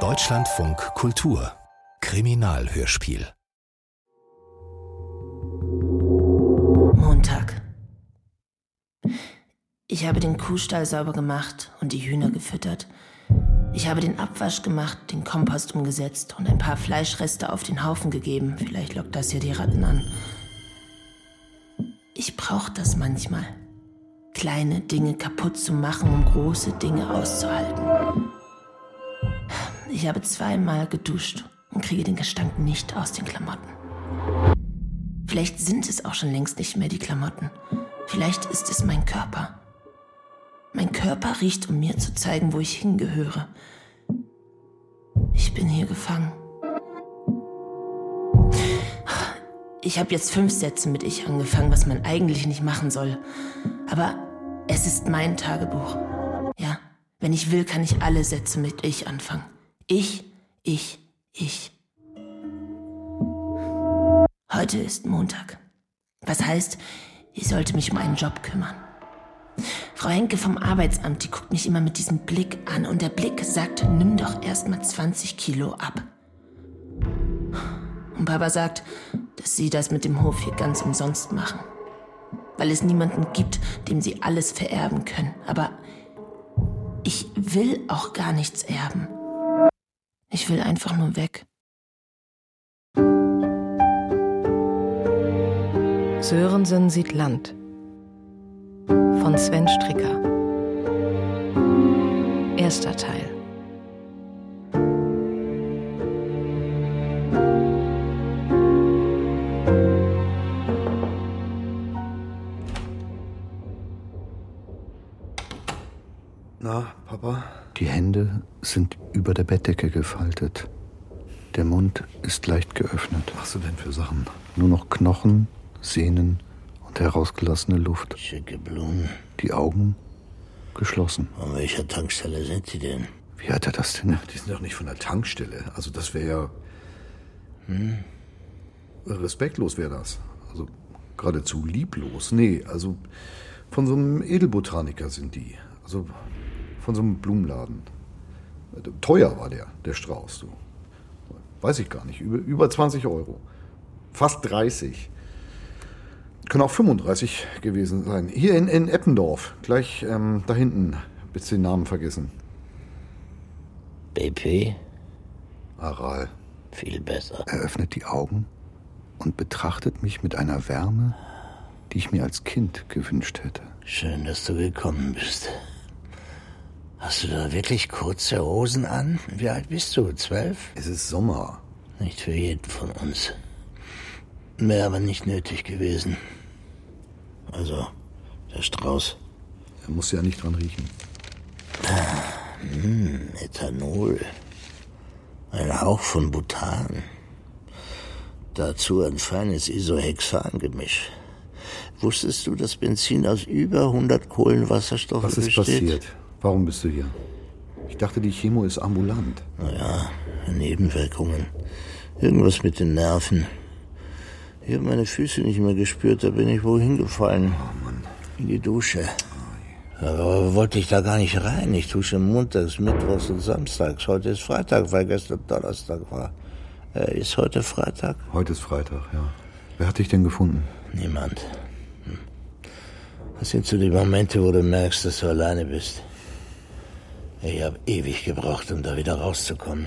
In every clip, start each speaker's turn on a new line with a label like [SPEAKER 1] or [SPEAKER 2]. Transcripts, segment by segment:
[SPEAKER 1] Deutschlandfunk Kultur Kriminalhörspiel
[SPEAKER 2] Montag. Ich habe den Kuhstall sauber gemacht und die Hühner gefüttert. Ich habe den Abwasch gemacht, den Kompost umgesetzt und ein paar Fleischreste auf den Haufen gegeben. Vielleicht lockt das ja die Ratten an. Ich brauche das manchmal. Kleine Dinge kaputt zu machen, um große Dinge auszuhalten. Ich habe zweimal geduscht und kriege den Gestank nicht aus den Klamotten. Vielleicht sind es auch schon längst nicht mehr die Klamotten. Vielleicht ist es mein Körper. Mein Körper riecht, um mir zu zeigen, wo ich hingehöre. Ich bin hier gefangen. Ich habe jetzt fünf Sätze mit Ich angefangen, was man eigentlich nicht machen soll. Aber es ist mein Tagebuch. Ja, wenn ich will, kann ich alle Sätze mit Ich anfangen. Ich, ich, ich. Heute ist Montag. Was heißt, ich sollte mich um einen Job kümmern. Frau Henke vom Arbeitsamt, die guckt mich immer mit diesem Blick an und der Blick sagt, nimm doch erstmal 20 Kilo ab. Und Papa sagt, dass sie das mit dem Hof hier ganz umsonst machen. Weil es niemanden gibt, dem sie alles vererben können. Aber ich will auch gar nichts erben. Ich will einfach nur weg.
[SPEAKER 3] Sörensen sieht Land von Sven Stricker. Erster Teil.
[SPEAKER 4] Na, Papa?
[SPEAKER 5] Die Hände sind über der Bettdecke gefaltet. Der Mund ist leicht geöffnet.
[SPEAKER 4] Was du denn für Sachen?
[SPEAKER 5] Nur noch Knochen, Sehnen und herausgelassene Luft.
[SPEAKER 6] Schicke Blumen.
[SPEAKER 5] Die Augen geschlossen.
[SPEAKER 6] An welcher Tankstelle sind Sie denn?
[SPEAKER 5] Wie hat er das denn?
[SPEAKER 4] Die sind doch nicht von der Tankstelle. Also das wäre ja...
[SPEAKER 5] Hm?
[SPEAKER 4] Respektlos wäre das. Also geradezu lieblos. Nee, also von so einem Edelbotaniker sind die. Also von so einem Blumenladen. Teuer war der, der Strauß. Du. Weiß ich gar nicht. Über, über 20 Euro. Fast 30. Können auch 35 gewesen sein. Hier in, in Eppendorf, gleich ähm, da hinten. Bis den Namen vergessen.
[SPEAKER 6] BP?
[SPEAKER 4] Aral.
[SPEAKER 6] Viel besser.
[SPEAKER 5] Er öffnet die Augen und betrachtet mich mit einer Wärme, die ich mir als Kind gewünscht hätte.
[SPEAKER 6] Schön, dass du gekommen bist. Hast du da wirklich kurze Hosen an? Wie alt bist du? Zwölf?
[SPEAKER 4] Es ist Sommer.
[SPEAKER 6] Nicht für jeden von uns. Wäre aber nicht nötig gewesen. Also, der Strauß.
[SPEAKER 4] Er muss ja nicht dran riechen.
[SPEAKER 6] Hm, Ethanol. Ein Hauch von Butan. Dazu ein feines Isohexan-Gemisch. Wusstest du, dass Benzin aus über 100 Kohlenwasserstoffen
[SPEAKER 4] Was ist
[SPEAKER 6] besteht?
[SPEAKER 4] passiert? Warum bist du hier? Ich dachte, die Chemo ist ambulant.
[SPEAKER 6] Naja, Nebenwirkungen. Irgendwas mit den Nerven. Ich habe meine Füße nicht mehr gespürt, da bin ich wohl hingefallen. In die Dusche. Aber wollte ich da gar nicht rein. Ich dusche montags, mittwochs und samstags. Heute ist Freitag, weil gestern Donnerstag war. Äh, ist heute Freitag?
[SPEAKER 4] Heute ist Freitag, ja. Wer hat dich denn gefunden?
[SPEAKER 6] Niemand. Hm. Das sind so die Momente, wo du merkst, dass du alleine bist. Ich habe ewig gebraucht, um da wieder rauszukommen.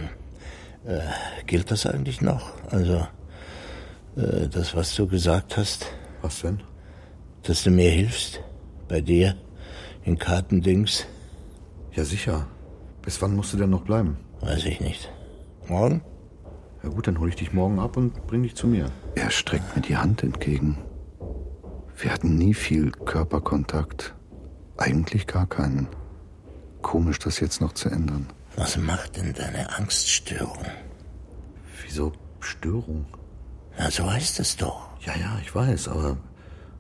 [SPEAKER 6] Äh, gilt das eigentlich noch? Also, äh, das, was du gesagt hast,
[SPEAKER 4] Was denn?
[SPEAKER 6] dass du mir hilfst? Bei dir? In Kartendings?
[SPEAKER 4] Ja, sicher. Bis wann musst du denn noch bleiben?
[SPEAKER 6] Weiß ich nicht. Morgen?
[SPEAKER 4] Ja gut, dann hole ich dich morgen ab und bring dich zu mir.
[SPEAKER 5] Er streckt mir die Hand entgegen. Wir hatten nie viel Körperkontakt. Eigentlich gar keinen. Komisch, das jetzt noch zu ändern.
[SPEAKER 6] Was macht denn deine Angststörung?
[SPEAKER 4] Wieso Störung?
[SPEAKER 6] Na, so heißt es doch.
[SPEAKER 4] Ja, ja, ich weiß, aber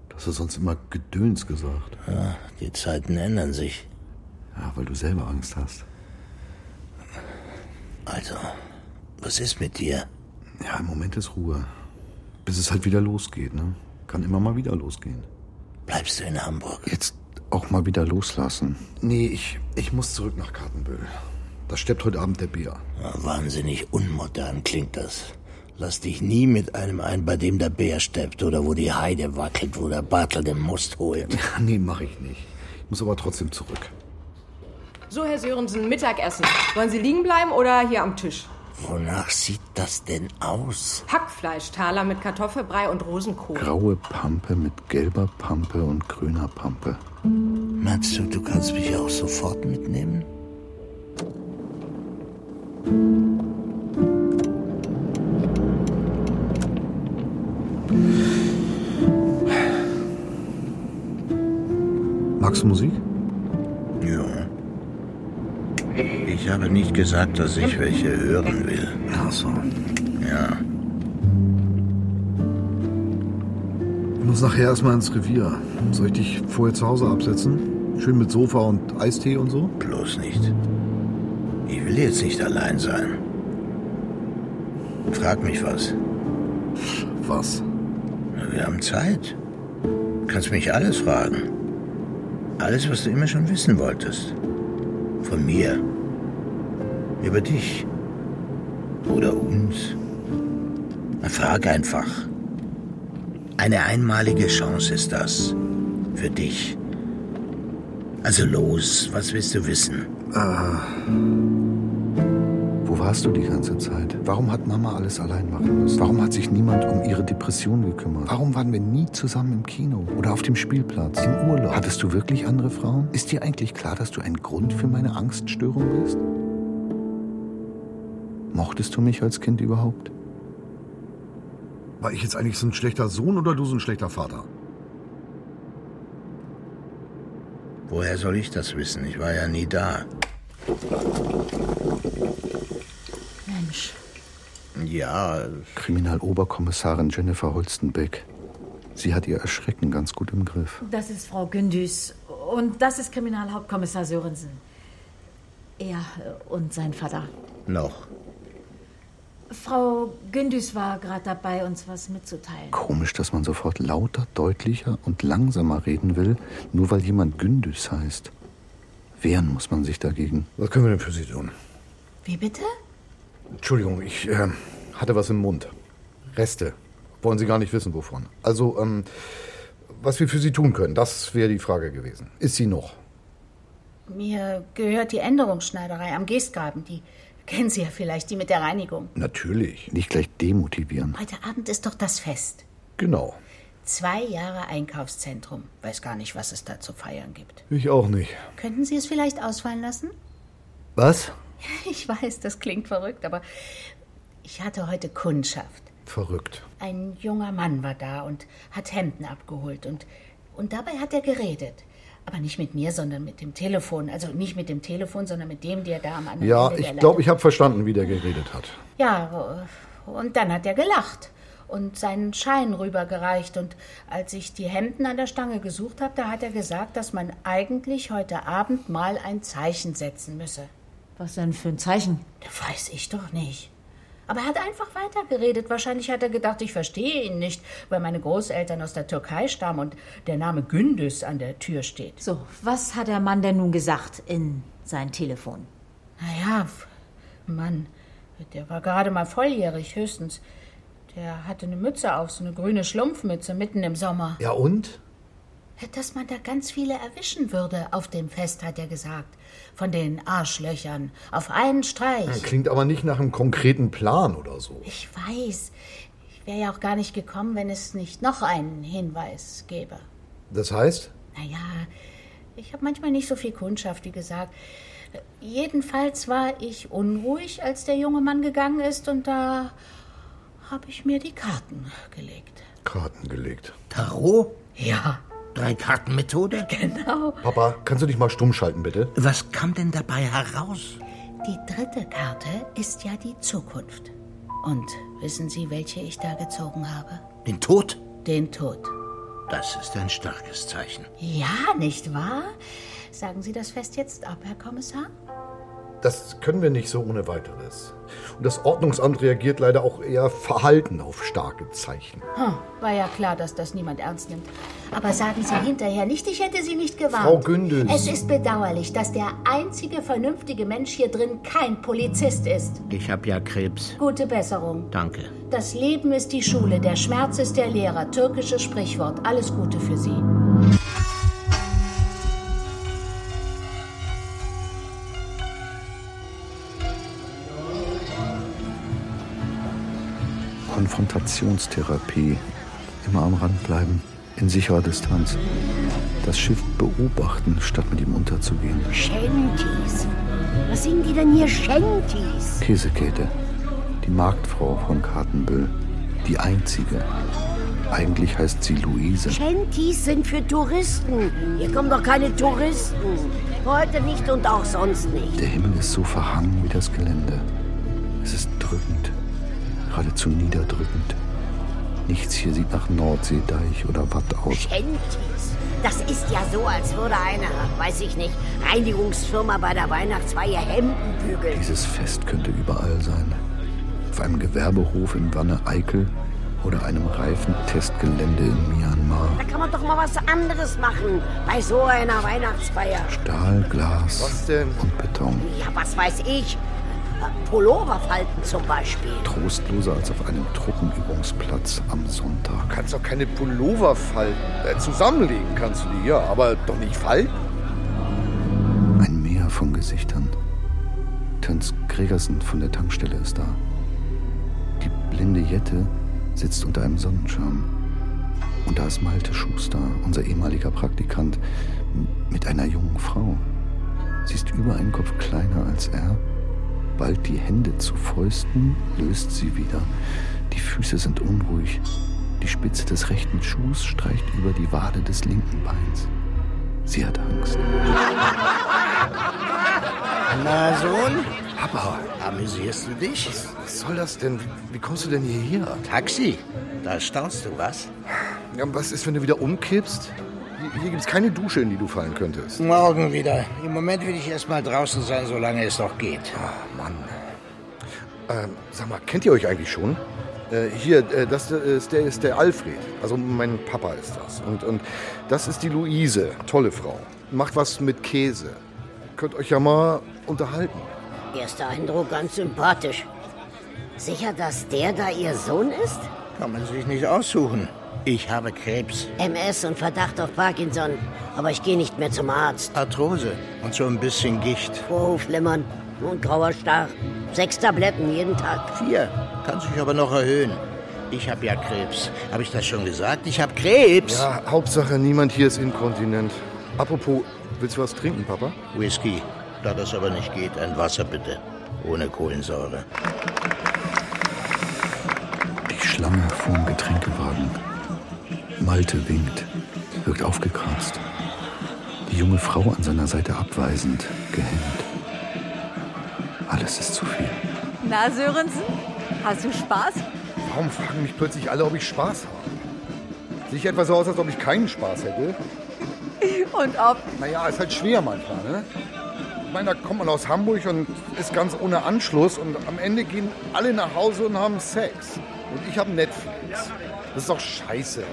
[SPEAKER 4] du hast ja sonst immer Gedöns gesagt.
[SPEAKER 6] Ja, die Zeiten ändern sich.
[SPEAKER 4] Ja, weil du selber Angst hast.
[SPEAKER 6] Also, was ist mit dir?
[SPEAKER 4] Ja, im Moment ist Ruhe. Bis es halt wieder losgeht, ne? Kann immer mal wieder losgehen.
[SPEAKER 6] Bleibst du in Hamburg?
[SPEAKER 5] Jetzt auch mal wieder loslassen.
[SPEAKER 4] Nee, ich, ich muss zurück nach Kartenbüll. Da stirbt heute Abend der Bär.
[SPEAKER 6] Ja, wahnsinnig unmodern klingt das. Lass dich nie mit einem ein, bei dem der Bär steppt oder wo die Heide wackelt, wo der Bartel den Most holt.
[SPEAKER 4] Nee, mache ich nicht. Ich muss aber trotzdem zurück.
[SPEAKER 7] So, Herr Sörensen, Mittagessen. Wollen Sie liegen bleiben oder hier am Tisch?
[SPEAKER 6] Wonach sieht das denn aus?
[SPEAKER 7] Hackfleischtaler mit Kartoffelbrei und Rosenkohl.
[SPEAKER 5] Graue Pampe mit gelber Pampe und grüner Pampe.
[SPEAKER 4] Oh,
[SPEAKER 6] Meinst du, du kannst mich auch sofort mitnehmen?
[SPEAKER 4] Magst du Musik?
[SPEAKER 6] Ja. Ich habe nicht gesagt, dass ich welche hören will. Ach so. Ja.
[SPEAKER 4] Ich muss nachher erstmal ins Revier. Soll ich dich vorher zu Hause absetzen? Schön mit Sofa und Eistee und so?
[SPEAKER 6] Bloß nicht. Ich will jetzt nicht allein sein. Frag mich was.
[SPEAKER 4] Was?
[SPEAKER 6] Wir haben Zeit. Du kannst mich alles fragen. Alles, was du immer schon wissen wolltest. Von mir. Über dich. Oder uns. Na, frag einfach. Eine einmalige Chance ist das. Für dich. Also los, was willst du wissen?
[SPEAKER 5] Äh. Wo warst du die ganze Zeit? Warum hat Mama alles allein machen müssen? Warum hat sich niemand um ihre Depression gekümmert? Warum waren wir nie zusammen im Kino oder auf dem Spielplatz, im Urlaub? Hattest du wirklich andere Frauen? Ist dir eigentlich klar, dass du ein Grund für meine Angststörung bist? Mochtest du mich als Kind überhaupt?
[SPEAKER 4] War ich jetzt eigentlich so ein schlechter Sohn oder du so ein schlechter Vater?
[SPEAKER 6] Woher soll ich das wissen? Ich war ja nie da.
[SPEAKER 2] Mensch,
[SPEAKER 6] Ja,
[SPEAKER 5] Kriminaloberkommissarin Jennifer Holstenbeck. Sie hat ihr Erschrecken ganz gut im Griff.
[SPEAKER 8] Das ist Frau Gündüs und das ist Kriminalhauptkommissar Sörensen. Er äh, und sein Vater.
[SPEAKER 6] noch.
[SPEAKER 8] Frau Gündüs war gerade dabei, uns was mitzuteilen.
[SPEAKER 5] Komisch, dass man sofort lauter, deutlicher und langsamer reden will, nur weil jemand Gündüz heißt. Wehren muss man sich dagegen.
[SPEAKER 4] Was können wir denn für Sie tun?
[SPEAKER 8] Wie bitte?
[SPEAKER 4] Entschuldigung, ich ähm, hatte was im Mund. Reste. Wollen Sie gar nicht wissen, wovon. Also, ähm, was wir für Sie tun können, das wäre die Frage gewesen. Ist sie noch?
[SPEAKER 9] Mir gehört die Änderungsschneiderei am Geestgraben. Die kennen Sie ja vielleicht, die mit der Reinigung.
[SPEAKER 4] Natürlich.
[SPEAKER 5] Nicht gleich demotivieren.
[SPEAKER 9] Heute Abend ist doch das Fest.
[SPEAKER 4] Genau.
[SPEAKER 9] Zwei Jahre Einkaufszentrum. Weiß gar nicht, was es da zu feiern gibt.
[SPEAKER 4] Ich auch nicht.
[SPEAKER 9] Könnten Sie es vielleicht ausfallen lassen?
[SPEAKER 4] Was?
[SPEAKER 9] Ich weiß, das klingt verrückt, aber ich hatte heute Kundschaft.
[SPEAKER 4] Verrückt.
[SPEAKER 9] Ein junger Mann war da und hat Hemden abgeholt und, und dabei hat er geredet. Aber nicht mit mir, sondern mit dem Telefon. Also nicht mit dem Telefon, sondern mit dem, der da am anderen
[SPEAKER 4] Ja,
[SPEAKER 9] Ende der
[SPEAKER 4] ich glaube,
[SPEAKER 9] Leitung-
[SPEAKER 4] ich habe verstanden, wie der geredet hat.
[SPEAKER 9] Ja, und dann hat er gelacht und seinen Schein rübergereicht. Und als ich die Hemden an der Stange gesucht habe, da hat er gesagt, dass man eigentlich heute Abend mal ein Zeichen setzen müsse.
[SPEAKER 8] Was denn für ein Zeichen?
[SPEAKER 9] Das weiß ich doch nicht. Aber er hat einfach weitergeredet. Wahrscheinlich hat er gedacht, ich verstehe ihn nicht, weil meine Großeltern aus der Türkei stammen und der Name Gündüz an der Tür steht.
[SPEAKER 8] So, was hat der Mann denn nun gesagt in sein Telefon?
[SPEAKER 9] Naja, f- Mann, der war gerade mal volljährig, höchstens. Der hatte eine Mütze auf, so eine grüne Schlumpfmütze mitten im Sommer.
[SPEAKER 4] Ja, und?
[SPEAKER 9] Dass man da ganz viele erwischen würde auf dem Fest, hat er gesagt. Von den Arschlöchern. Auf einen Streich.
[SPEAKER 4] Äh, Klingt aber nicht nach einem konkreten Plan oder so.
[SPEAKER 9] Ich weiß. Ich wäre ja auch gar nicht gekommen, wenn es nicht noch einen Hinweis gäbe.
[SPEAKER 4] Das heißt?
[SPEAKER 9] Naja, ich habe manchmal nicht so viel Kundschaft, wie gesagt. Jedenfalls war ich unruhig, als der junge Mann gegangen ist und da habe ich mir die Karten gelegt.
[SPEAKER 4] Karten gelegt.
[SPEAKER 6] Tarot?
[SPEAKER 9] Ja,
[SPEAKER 6] Drei Kartenmethode?
[SPEAKER 9] genau.
[SPEAKER 4] Papa, kannst du dich mal stumm schalten, bitte?
[SPEAKER 6] Was kam denn dabei heraus?
[SPEAKER 9] Die dritte Karte ist ja die Zukunft. Und wissen Sie, welche ich da gezogen habe?
[SPEAKER 6] Den Tod?
[SPEAKER 9] Den Tod.
[SPEAKER 6] Das ist ein starkes Zeichen.
[SPEAKER 9] Ja, nicht wahr? Sagen Sie das Fest jetzt ab, Herr Kommissar?
[SPEAKER 4] Das können wir nicht so ohne weiteres. Und das Ordnungsamt reagiert leider auch eher verhalten auf starke Zeichen.
[SPEAKER 9] Hm, war ja klar, dass das niemand ernst nimmt. Aber sagen Sie hinterher nicht, ich hätte Sie nicht gewarnt.
[SPEAKER 4] Frau Gündel.
[SPEAKER 9] Es ist bedauerlich, dass der einzige vernünftige Mensch hier drin kein Polizist ist.
[SPEAKER 6] Ich habe ja Krebs.
[SPEAKER 9] Gute Besserung.
[SPEAKER 6] Danke.
[SPEAKER 9] Das Leben ist die Schule, der Schmerz ist der Lehrer. Türkisches Sprichwort. Alles Gute für Sie.
[SPEAKER 5] Konfrontationstherapie. Immer am Rand bleiben, in sicherer Distanz. Das Schiff beobachten, statt mit ihm unterzugehen.
[SPEAKER 10] Shanties. Was sind die denn hier Shanties?
[SPEAKER 5] Käsekete, die Marktfrau von Kartenbüll, die einzige. Eigentlich heißt sie Luise.
[SPEAKER 10] Shanties sind für Touristen. Hier kommen doch keine Touristen. Heute nicht und auch sonst nicht.
[SPEAKER 5] Der Himmel ist so verhangen wie das Gelände. Es ist drückend, geradezu niederdrückend. Nichts hier sieht nach Nordseedeich oder Watt aus.
[SPEAKER 10] Shanties. Das ist ja so, als würde einer, weiß ich nicht, Reinigungsfirma bei der Weihnachtsfeier Hemden bügeln.
[SPEAKER 5] Dieses Fest könnte überall sein. Auf einem Gewerbehof in Wanne-Eickel oder einem Reifentestgelände in Myanmar.
[SPEAKER 10] Da kann man doch mal was anderes machen bei so einer Weihnachtsfeier.
[SPEAKER 5] Stahl, Glas
[SPEAKER 4] Was denn?
[SPEAKER 5] und Beton.
[SPEAKER 10] Ja, was weiß ich? Pullover falten zum Beispiel.
[SPEAKER 5] Trostloser als auf einem Truppenübungsplatz am Sonntag.
[SPEAKER 4] kannst doch keine Pullover falten. Äh, zusammenlegen kannst du die, ja, aber doch nicht falten.
[SPEAKER 5] Ein Meer von Gesichtern. Töns Gregersen von der Tankstelle ist da. Die blinde Jette sitzt unter einem Sonnenschirm. Und da ist Malte Schuster, unser ehemaliger Praktikant, m- mit einer jungen Frau. Sie ist über einen Kopf kleiner als er. Bald die Hände zu Fäusten, löst sie wieder. Die Füße sind unruhig. Die Spitze des rechten Schuhs streicht über die Wade des linken Beins. Sie hat Angst.
[SPEAKER 6] Na,
[SPEAKER 5] Also,
[SPEAKER 6] Sohn,
[SPEAKER 4] Papa,
[SPEAKER 6] amüsierst du dich?
[SPEAKER 4] was soll das denn? Wie kommst du denn hierher?
[SPEAKER 6] Taxi, da staunst du was?
[SPEAKER 4] Ja, und was ist, wenn du wieder umkippst? Hier, hier gibt's keine Dusche, in die du fallen könntest.
[SPEAKER 6] Morgen wieder. Im Moment will ich erst mal draußen sein, solange es noch geht.
[SPEAKER 4] Ah, Ähm, sag mal, kennt ihr euch eigentlich schon? Äh, hier, äh, das ist der, ist der Alfred. Also mein Papa ist das. Und, und das ist die Luise. Tolle Frau. Macht was mit Käse. Könnt euch ja mal unterhalten.
[SPEAKER 10] Erster Eindruck ganz sympathisch. Sicher, dass der da ihr Sohn ist?
[SPEAKER 6] Kann man sich nicht aussuchen. Ich habe Krebs,
[SPEAKER 10] MS und Verdacht auf Parkinson. Aber ich gehe nicht mehr zum Arzt.
[SPEAKER 6] Arthrose und so ein bisschen Gicht.
[SPEAKER 10] Vorhofflimmern und grauer Star. Sechs Tabletten jeden Tag.
[SPEAKER 6] Vier, kann sich aber noch erhöhen. Ich habe ja Krebs. Habe ich das schon gesagt? Ich habe Krebs.
[SPEAKER 4] Ja, Hauptsache niemand hier ist inkontinent. Apropos, willst du was trinken, Papa?
[SPEAKER 6] Whisky. Da das aber nicht geht, ein Wasser bitte. Ohne Kohlensäure.
[SPEAKER 5] Die Schlange vorm Getränkewagen. Malte winkt, wirkt aufgekratzt. Die junge Frau an seiner Seite abweisend, gehemmt. Alles ist zu viel.
[SPEAKER 11] Na, Sörensen, hast du Spaß?
[SPEAKER 4] Warum fragen mich plötzlich alle, ob ich Spaß habe? Sieht etwa so aus, als ob ich keinen Spaß hätte.
[SPEAKER 11] Und ob
[SPEAKER 4] Naja, ist halt schwer manchmal, ne? Ich meine, da kommt man aus Hamburg und ist ganz ohne Anschluss und am Ende gehen alle nach Hause und haben Sex. Und ich habe Netflix. Das ist doch scheiße.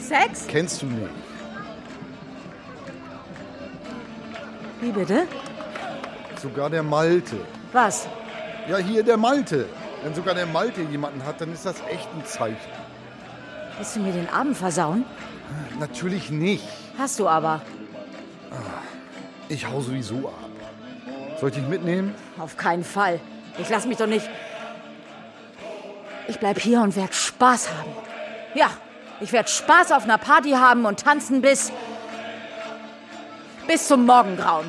[SPEAKER 11] Sex?
[SPEAKER 4] Kennst du nicht.
[SPEAKER 11] Wie bitte?
[SPEAKER 4] Sogar der Malte.
[SPEAKER 11] Was?
[SPEAKER 4] Ja, hier der Malte. Wenn sogar der Malte jemanden hat, dann ist das echt ein Zeichen.
[SPEAKER 11] Willst du mir den Abend versauen?
[SPEAKER 4] Natürlich nicht.
[SPEAKER 11] Hast du aber.
[SPEAKER 4] Ich hau sowieso ab. Soll ich dich mitnehmen?
[SPEAKER 11] Auf keinen Fall. Ich lass mich doch nicht. Ich bleib hier und werd Spaß haben. Ja, ich werd Spaß auf einer Party haben und tanzen bis. bis zum Morgengrauen.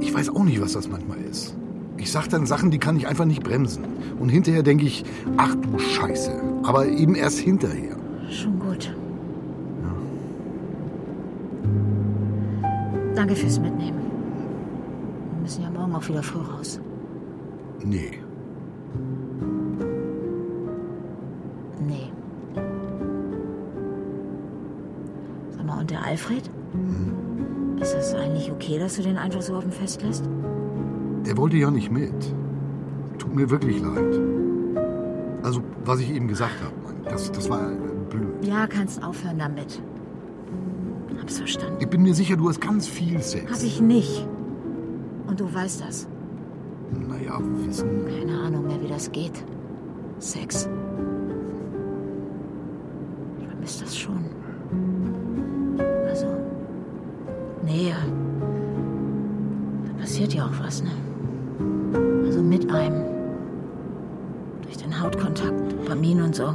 [SPEAKER 4] Ich weiß auch nicht, was das manchmal ist. Ich sag dann Sachen, die kann ich einfach nicht bremsen. Und hinterher denke ich, ach du Scheiße. Aber eben erst hinterher.
[SPEAKER 8] Schon gut. Danke fürs Mitnehmen. Wir müssen ja morgen auch wieder früh raus.
[SPEAKER 4] Nee.
[SPEAKER 8] Nee,
[SPEAKER 11] Und der Alfred? Ist das eigentlich okay, dass du den einfach so auf dem Fest lässt?
[SPEAKER 5] Der wollte ja nicht mit. Tut mir wirklich leid. Also, was ich eben gesagt habe, mein, das, das war äh, blöd.
[SPEAKER 11] Ja, kannst aufhören damit. Hab's verstanden.
[SPEAKER 5] Ich bin mir sicher, du hast ganz viel Sex.
[SPEAKER 11] Hab ich nicht. Und du weißt das.
[SPEAKER 5] Naja, wissen.
[SPEAKER 11] Keine Ahnung mehr, wie das geht. Sex. Ich vermisse das schon. Also, Nähe. Da passiert ja auch was, ne? Also mit einem. Durch den Hautkontakt, Dopamin und so.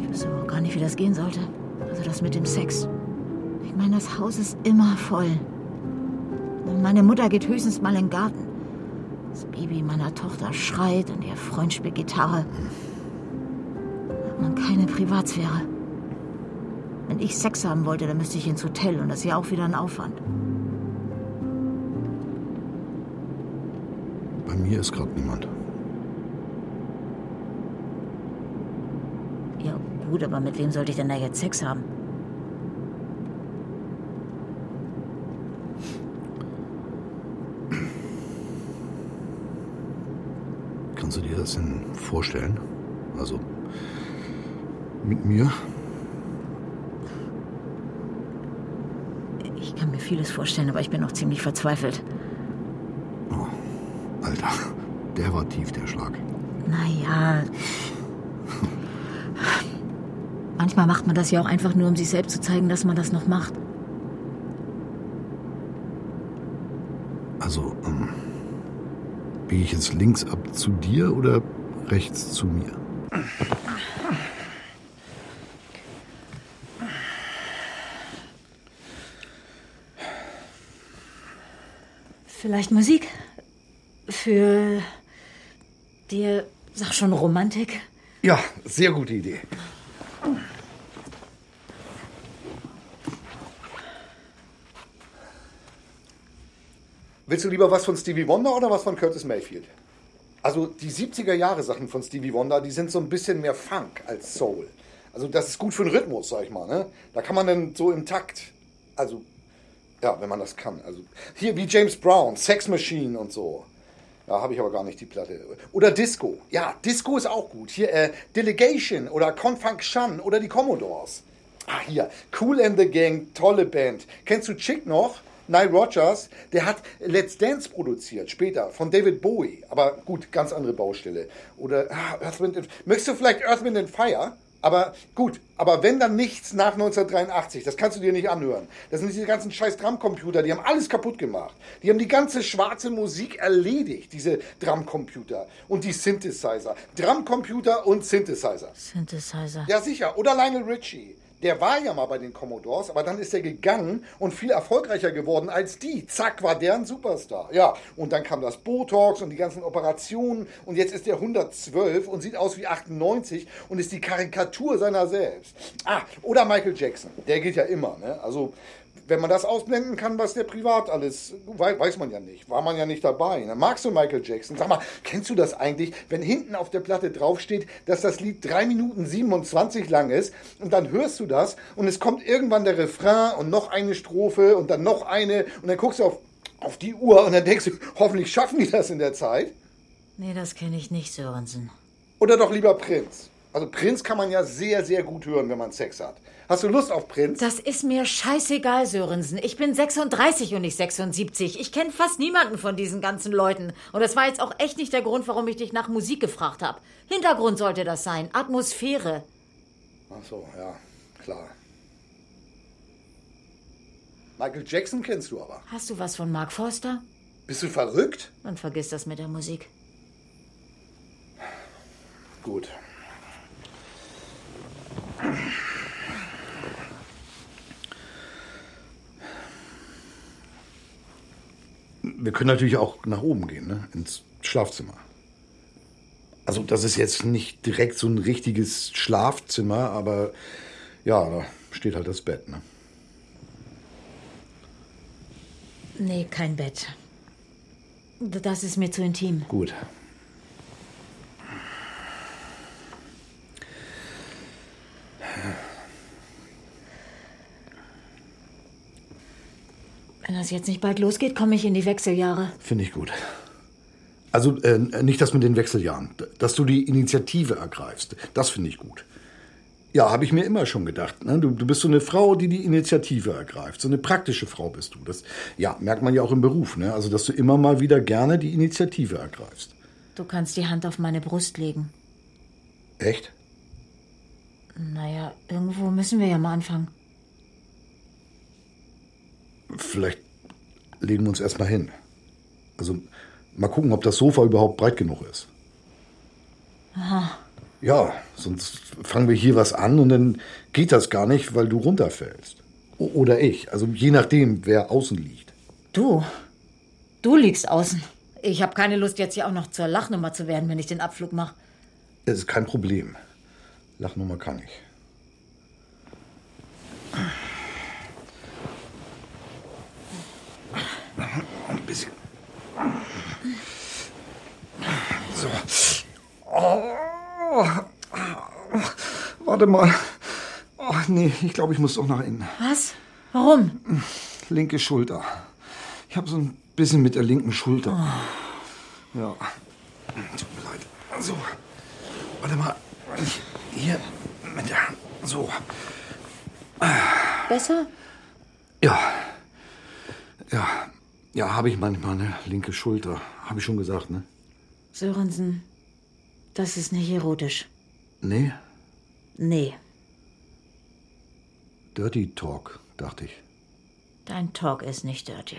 [SPEAKER 11] Ich wüsste aber auch gar nicht, wie das gehen sollte. Also das mit dem Sex. Ich meine, das Haus ist immer voll. Und meine Mutter geht höchstens mal in den Garten. Das Baby meiner Tochter schreit und ihr Freund spielt Gitarre. Hat man keine Privatsphäre. Wenn ich Sex haben wollte, dann müsste ich ins Hotel und das ist ja auch wieder ein Aufwand.
[SPEAKER 5] Bei mir ist gerade niemand.
[SPEAKER 11] Ja, gut, aber mit wem sollte ich denn da jetzt Sex haben?
[SPEAKER 5] Kannst du dir das denn vorstellen? Also, mit mir?
[SPEAKER 11] Ich kann mir vieles vorstellen, aber ich bin auch ziemlich verzweifelt.
[SPEAKER 5] Alter, der war tief, der Schlag.
[SPEAKER 11] Naja. Manchmal macht man das ja auch einfach nur, um sich selbst zu zeigen, dass man das noch macht.
[SPEAKER 5] Also, ähm, biege ich jetzt links ab zu dir oder rechts zu mir?
[SPEAKER 11] Vielleicht Musik? Für dir, sag schon Romantik.
[SPEAKER 12] Ja, sehr gute Idee.
[SPEAKER 4] Willst du lieber was von Stevie Wonder oder was von Curtis Mayfield? Also die 70er Jahre Sachen von Stevie Wonder, die sind so ein bisschen mehr Funk als Soul. Also das ist gut für den Rhythmus, sag ich mal. Ne? Da kann man dann so im Takt, also ja, wenn man das kann. Also hier wie James Brown, Sex Machine und so. Da habe ich aber gar nicht die Platte. Oder Disco. Ja, Disco ist auch gut. Hier äh, Delegation oder Confunk Shun oder die Commodores. Ah, hier. Cool and the Gang, tolle Band. Kennst du Chick noch? Nile Rogers, der hat Let's Dance produziert, später, von David Bowie. Aber gut, ganz andere Baustelle. Oder ah, Earth, Wind and, möchtest du vielleicht Earth, Wind and Fire? Aber gut, aber wenn dann nichts nach 1983, das kannst du dir nicht anhören. Das sind diese ganzen scheiß Drumcomputer, die haben alles kaputt gemacht. Die haben die ganze schwarze Musik erledigt, diese Drumcomputer und die Synthesizer. Drumcomputer und Synthesizer.
[SPEAKER 11] Synthesizer.
[SPEAKER 4] Ja, sicher. Oder Lionel Richie. Der war ja mal bei den Commodores, aber dann ist er gegangen und viel erfolgreicher geworden als die. Zack, war der ein Superstar. Ja, und dann kam das Botox und die ganzen Operationen und jetzt ist er 112 und sieht aus wie 98 und ist die Karikatur seiner selbst. Ah, oder Michael Jackson. Der geht ja immer, ne? Also, wenn man das ausblenden kann, was der privat alles, wei- weiß man ja nicht, war man ja nicht dabei. Ne? Magst du Michael Jackson? Sag mal, kennst du das eigentlich, wenn hinten auf der Platte draufsteht, dass das Lied 3 Minuten 27 lang ist und dann hörst du das und es kommt irgendwann der Refrain und noch eine Strophe und dann noch eine und dann guckst du auf, auf die Uhr und dann denkst du, hoffentlich schaffen die das in der Zeit.
[SPEAKER 11] Nee, das kenne ich nicht, Sörensen.
[SPEAKER 4] Oder doch lieber Prinz. Also Prinz kann man ja sehr, sehr gut hören, wenn man Sex hat. Hast du Lust auf Prinz?
[SPEAKER 13] Das ist mir scheißegal, Sörensen. Ich bin 36 und nicht 76. Ich kenne fast niemanden von diesen ganzen Leuten. Und das war jetzt auch echt nicht der Grund, warum ich dich nach Musik gefragt habe. Hintergrund sollte das sein. Atmosphäre.
[SPEAKER 4] Ach so, ja, klar. Michael Jackson kennst du aber.
[SPEAKER 13] Hast du was von Mark Forster?
[SPEAKER 4] Bist du verrückt?
[SPEAKER 13] Dann vergiss das mit der Musik.
[SPEAKER 4] Gut.
[SPEAKER 5] Wir können natürlich auch nach oben gehen, ne? ins Schlafzimmer. Also das ist jetzt nicht direkt so ein richtiges Schlafzimmer, aber ja, da steht halt das Bett. Ne?
[SPEAKER 13] Nee, kein Bett. D- Das ist mir zu intim.
[SPEAKER 5] Gut.
[SPEAKER 11] das jetzt nicht bald losgeht, komme ich in die Wechseljahre.
[SPEAKER 4] Finde ich gut. Also äh, nicht das mit den Wechseljahren, dass du die Initiative ergreifst. Das finde ich gut. Ja, habe ich mir immer schon gedacht. Ne? Du, du bist so eine Frau, die die Initiative ergreift. So eine praktische Frau bist du. Das ja, merkt man ja auch im Beruf. Ne? Also, dass du immer mal wieder gerne die Initiative ergreifst.
[SPEAKER 11] Du kannst die Hand auf meine Brust legen.
[SPEAKER 4] Echt?
[SPEAKER 11] Naja, irgendwo müssen wir ja mal anfangen.
[SPEAKER 4] Vielleicht legen wir uns erstmal hin. Also mal gucken, ob das Sofa überhaupt breit genug ist.
[SPEAKER 11] Aha.
[SPEAKER 4] Ja, sonst fangen wir hier was an und dann geht das gar nicht, weil du runterfällst. O oder ich. Also je nachdem, wer außen liegt.
[SPEAKER 11] Du. Du liegst außen. Ich habe keine Lust, jetzt hier auch noch zur Lachnummer zu werden, wenn ich den Abflug mache.
[SPEAKER 4] Das ist kein Problem. Lachnummer kann ich.
[SPEAKER 14] Ein bisschen. So. Oh.
[SPEAKER 4] Warte mal. Oh, nee, ich glaube, ich muss doch nach innen.
[SPEAKER 11] Was? Warum?
[SPEAKER 4] Linke Schulter. Ich habe so ein bisschen mit der linken Schulter. Ja. Tut mir leid. So. Warte mal. Ich, hier. Mit der. So.
[SPEAKER 11] Besser?
[SPEAKER 4] Ja. Ja. Ja, habe ich manchmal eine linke Schulter. Habe ich schon gesagt, ne?
[SPEAKER 11] Sörensen, das ist nicht erotisch.
[SPEAKER 4] Nee.
[SPEAKER 11] Nee,
[SPEAKER 4] Dirty Talk, dachte ich.
[SPEAKER 11] dein Talk ist nicht dirty.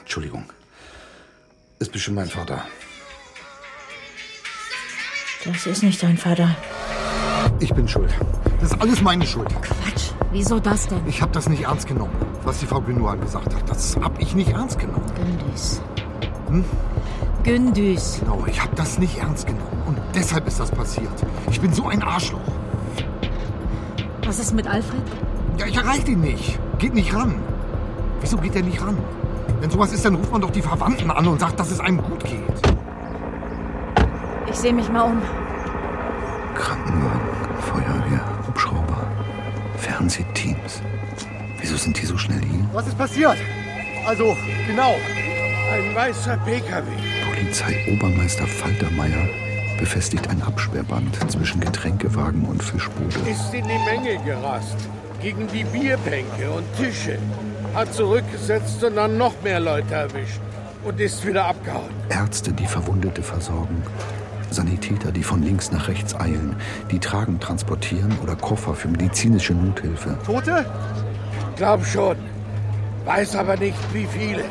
[SPEAKER 4] Entschuldigung. Ist bestimmt mein Vater.
[SPEAKER 11] Das ist nicht dein Vater.
[SPEAKER 4] Ich bin schuld. Das ist alles meine Schuld.
[SPEAKER 11] Quatsch. Wieso das denn?
[SPEAKER 4] Ich habe das nicht ernst genommen, was die Frau Gündogan gesagt hat. Das habe ich nicht ernst genommen.
[SPEAKER 11] Gündüz.
[SPEAKER 4] Hm?
[SPEAKER 11] Gündüz.
[SPEAKER 4] Genau, ich habe das nicht ernst genommen. Und deshalb ist das passiert. Ich bin so ein Arschloch.
[SPEAKER 11] Was ist mit Alfred?
[SPEAKER 4] Ja, ich erreiche ihn nicht. Geht nicht ran. Wieso geht er nicht ran? Wenn sowas ist, dann ruft man doch die Verwandten an und sagt, dass es einem gut geht.
[SPEAKER 11] Ich sehe mich mal um.
[SPEAKER 5] Krankenwagen, Feuerwehr, Hubschrauber, Fernsehteams. Wieso sind die so schnell hier?
[SPEAKER 15] Was ist passiert? Also, genau. Ein weißer PKW.
[SPEAKER 5] Polizeiobermeister Faltermeier befestigt ein Absperrband zwischen Getränkewagen und Fischbude.
[SPEAKER 16] Ist in die Menge gerast. Gegen die Bierbänke und Tische. Hat zurückgesetzt und dann noch mehr Leute erwischt. Und ist wieder abgehauen.
[SPEAKER 5] Ärzte, die Verwundete versorgen. Sanitäter, die von links nach rechts eilen, die Tragen transportieren oder Koffer für medizinische Nothilfe.
[SPEAKER 16] Tote? Glaub schon. Weiß aber nicht, wie viele.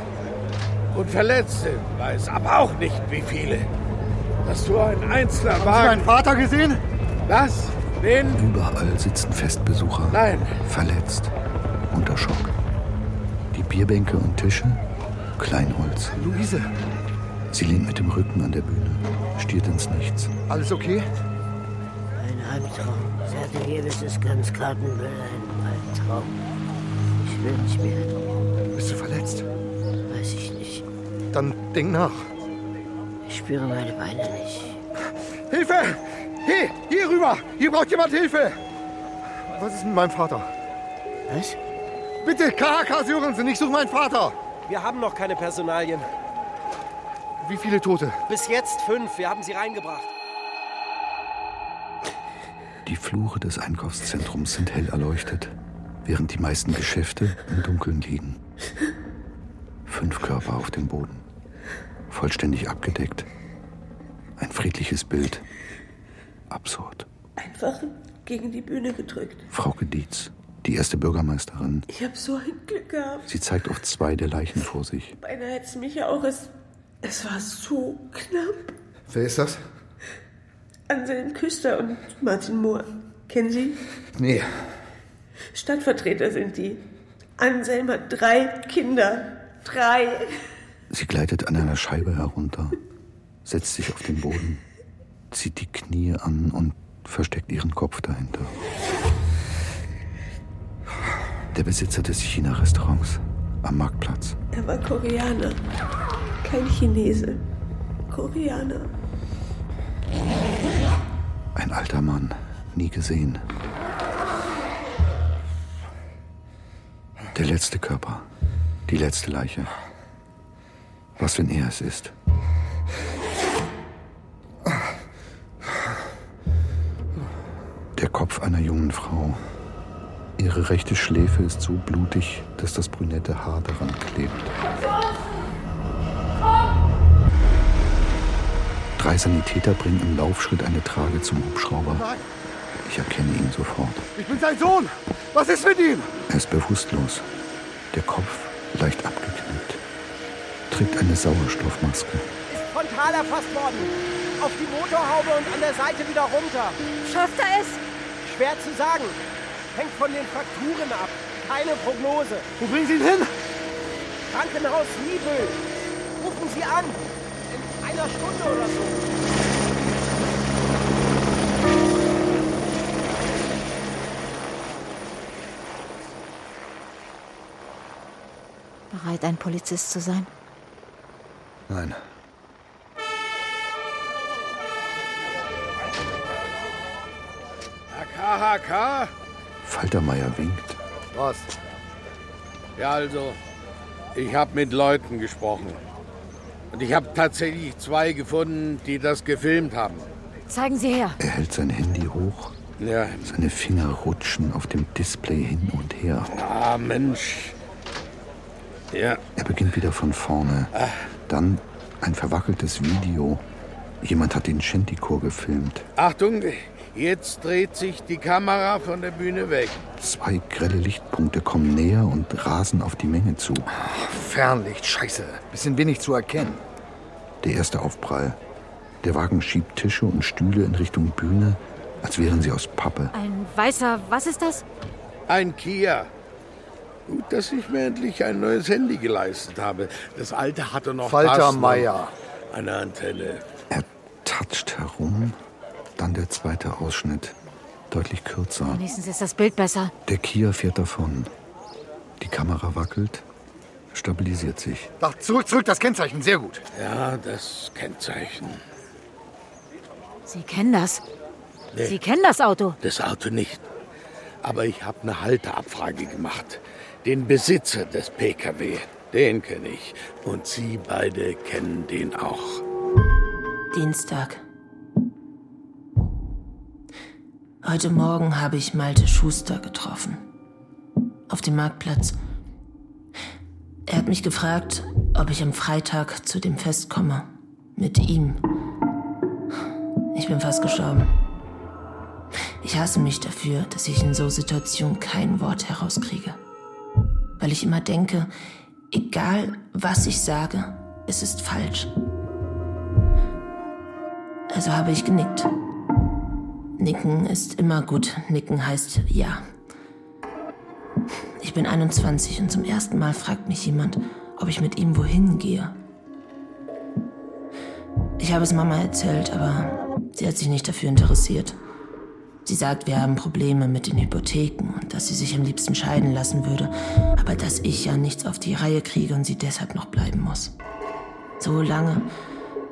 [SPEAKER 16] Und Verletzte weiß aber auch nicht, wie viele. Dass du ein einzelner warst. Hast du meinen Vater gesehen? Was? Wen?
[SPEAKER 5] Überall sitzen Festbesucher.
[SPEAKER 16] Nein.
[SPEAKER 5] Verletzt. Unter Schock. Die Bierbänke und Tische? Kleinholz.
[SPEAKER 15] Luise,
[SPEAKER 5] Sie lehnt mit dem Rücken an der Bühne, stiert ins Nichts.
[SPEAKER 15] alles okay?
[SPEAKER 10] Ein Albtraum. Seit du hier bist, ist ganz Kartenbild ein Albtraum. Ich will nicht mehr.
[SPEAKER 4] Bist du verletzt?
[SPEAKER 10] Weiß ich nicht.
[SPEAKER 4] Dann denk nach.
[SPEAKER 10] Ich spüre meine Beine nicht.
[SPEAKER 15] Hilfe! Hey, hier rüber! Hier braucht jemand Hilfe! Was ist mit meinem Vater?
[SPEAKER 10] Was?
[SPEAKER 15] Bitte, Karaka Sörensen, ich suche meinen Vater!
[SPEAKER 17] Wir haben noch keine Personalien.
[SPEAKER 15] Wie viele Tote?
[SPEAKER 17] Bis jetzt fünf. Wir haben sie reingebracht.
[SPEAKER 5] Die Flure des Einkaufszentrums sind hell erleuchtet, während die meisten Geschäfte im Dunkeln liegen. Fünf Körper auf dem Boden, vollständig abgedeckt. Ein friedliches Bild. Absurd.
[SPEAKER 18] einfach gegen die Bühne gedrückt.
[SPEAKER 5] Frauke Dietz, die erste Bürgermeisterin,
[SPEAKER 18] Ich habe so ein Glück gehabt.
[SPEAKER 5] sie zeigt auf zwei der Leichen vor sich.
[SPEAKER 18] Beinahe hätte es mich auch. Es, es war so knapp.
[SPEAKER 4] Wer ist das?
[SPEAKER 18] Anselm Küster und Martin Mohr. Kennen Sie?
[SPEAKER 4] Nee.
[SPEAKER 18] Stadtvertreter sind die. Anselm hat drei Kinder. Drei.
[SPEAKER 5] Sie gleitet an einer Scheibe herunter, setzt sich auf den Boden, zieht die Knie an und versteckt ihren Kopf dahinter. Der Besitzer des China-Restaurants am Marktplatz.
[SPEAKER 18] Er war Koreaner. Kein Chinese. Koreaner.
[SPEAKER 5] Ein alter Mann, nie gesehen. letzte Körper. Die letzte Leiche. Was, wenn er es ist? Der Kopf einer jungen Frau. Ihre rechte Schläfe ist so blutig, dass das brünette Haar daran klebt. Drei Sanitäter bringen im Laufschritt eine Trage zum Hubschrauber. Ich erkenne ihn sofort.
[SPEAKER 16] Ich bin sein Sohn! Was ist mit ihm?
[SPEAKER 5] Er ist bewusstlos, der Kopf leicht abgeknickt, trägt eine Sauerstoffmaske.
[SPEAKER 19] Frontal erfasst worden. Auf die Motorhaube und an der Seite wieder runter.
[SPEAKER 11] Schafft er es?
[SPEAKER 19] Schwer zu sagen. Hängt von den Frakturen ab. Keine Prognose.
[SPEAKER 16] Wo bringen Sie ihn hin?
[SPEAKER 19] Krankenhaus Niebel. Rufen Sie an. In einer Stunde oder so.
[SPEAKER 20] Bereit, ein Polizist zu sein?
[SPEAKER 5] Nein.
[SPEAKER 16] KHK?
[SPEAKER 5] Faltermeier winkt.
[SPEAKER 16] Was? Ja, also, ich habe mit Leuten gesprochen. Und ich habe tatsächlich zwei gefunden, die das gefilmt haben.
[SPEAKER 11] Zeigen Sie her.
[SPEAKER 5] Er hält sein Handy hoch.
[SPEAKER 16] Ja.
[SPEAKER 5] Seine Finger rutschen auf dem Display hin und her.
[SPEAKER 16] Ah, Mensch. Ja.
[SPEAKER 5] Er beginnt wieder von vorne. Dann ein verwackeltes Video. Jemand hat den Shantycore gefilmt.
[SPEAKER 16] Achtung, jetzt dreht sich die Kamera von der Bühne weg.
[SPEAKER 5] Zwei grelle Lichtpunkte kommen näher und rasen auf die Menge zu.
[SPEAKER 21] Fernlicht, scheiße. Bisschen wenig zu erkennen.
[SPEAKER 5] Der erste Aufprall. Der Wagen schiebt Tische und Stühle in Richtung Bühne, als wären sie aus Pappe.
[SPEAKER 11] Ein weißer, was ist das?
[SPEAKER 16] Ein Kia. Gut, dass ich mir endlich ein neues Handy geleistet habe. Das alte hatte noch
[SPEAKER 21] Faltermeier.
[SPEAKER 16] Tasten, Eine Antenne.
[SPEAKER 5] Toucht herum. Dann der zweite Ausschnitt. Deutlich kürzer.
[SPEAKER 11] Wenigstens ist das Bild besser.
[SPEAKER 5] Der Kia fährt davon. Die Kamera wackelt, stabilisiert sich.
[SPEAKER 21] Ach, zurück, zurück, das Kennzeichen, sehr gut.
[SPEAKER 16] Ja, das Kennzeichen.
[SPEAKER 11] Sie kennen das.
[SPEAKER 16] Nee.
[SPEAKER 11] Sie kennen das Auto.
[SPEAKER 16] Das Auto nicht. Aber ich habe eine Halteabfrage gemacht. Den Besitzer des PKW, den kenne ich. Und Sie beide kennen den auch.
[SPEAKER 2] Dienstag. Heute Morgen habe ich Malte Schuster getroffen. Auf dem Marktplatz. Er hat mich gefragt, ob ich am Freitag zu dem Fest komme. Mit ihm. Ich bin fast gestorben. Ich hasse mich dafür, dass ich in so Situationen kein Wort herauskriege. Weil ich immer denke, egal was ich sage, es ist falsch. Also habe ich genickt. Nicken ist immer gut. Nicken heißt ja. Ich bin 21 und zum ersten Mal fragt mich jemand, ob ich mit ihm wohin gehe. Ich habe es Mama erzählt, aber sie hat sich nicht dafür interessiert. Sie sagt, wir haben Probleme mit den Hypotheken und dass sie sich am liebsten scheiden lassen würde, aber dass ich ja nichts auf die Reihe kriege und sie deshalb noch bleiben muss. So lange,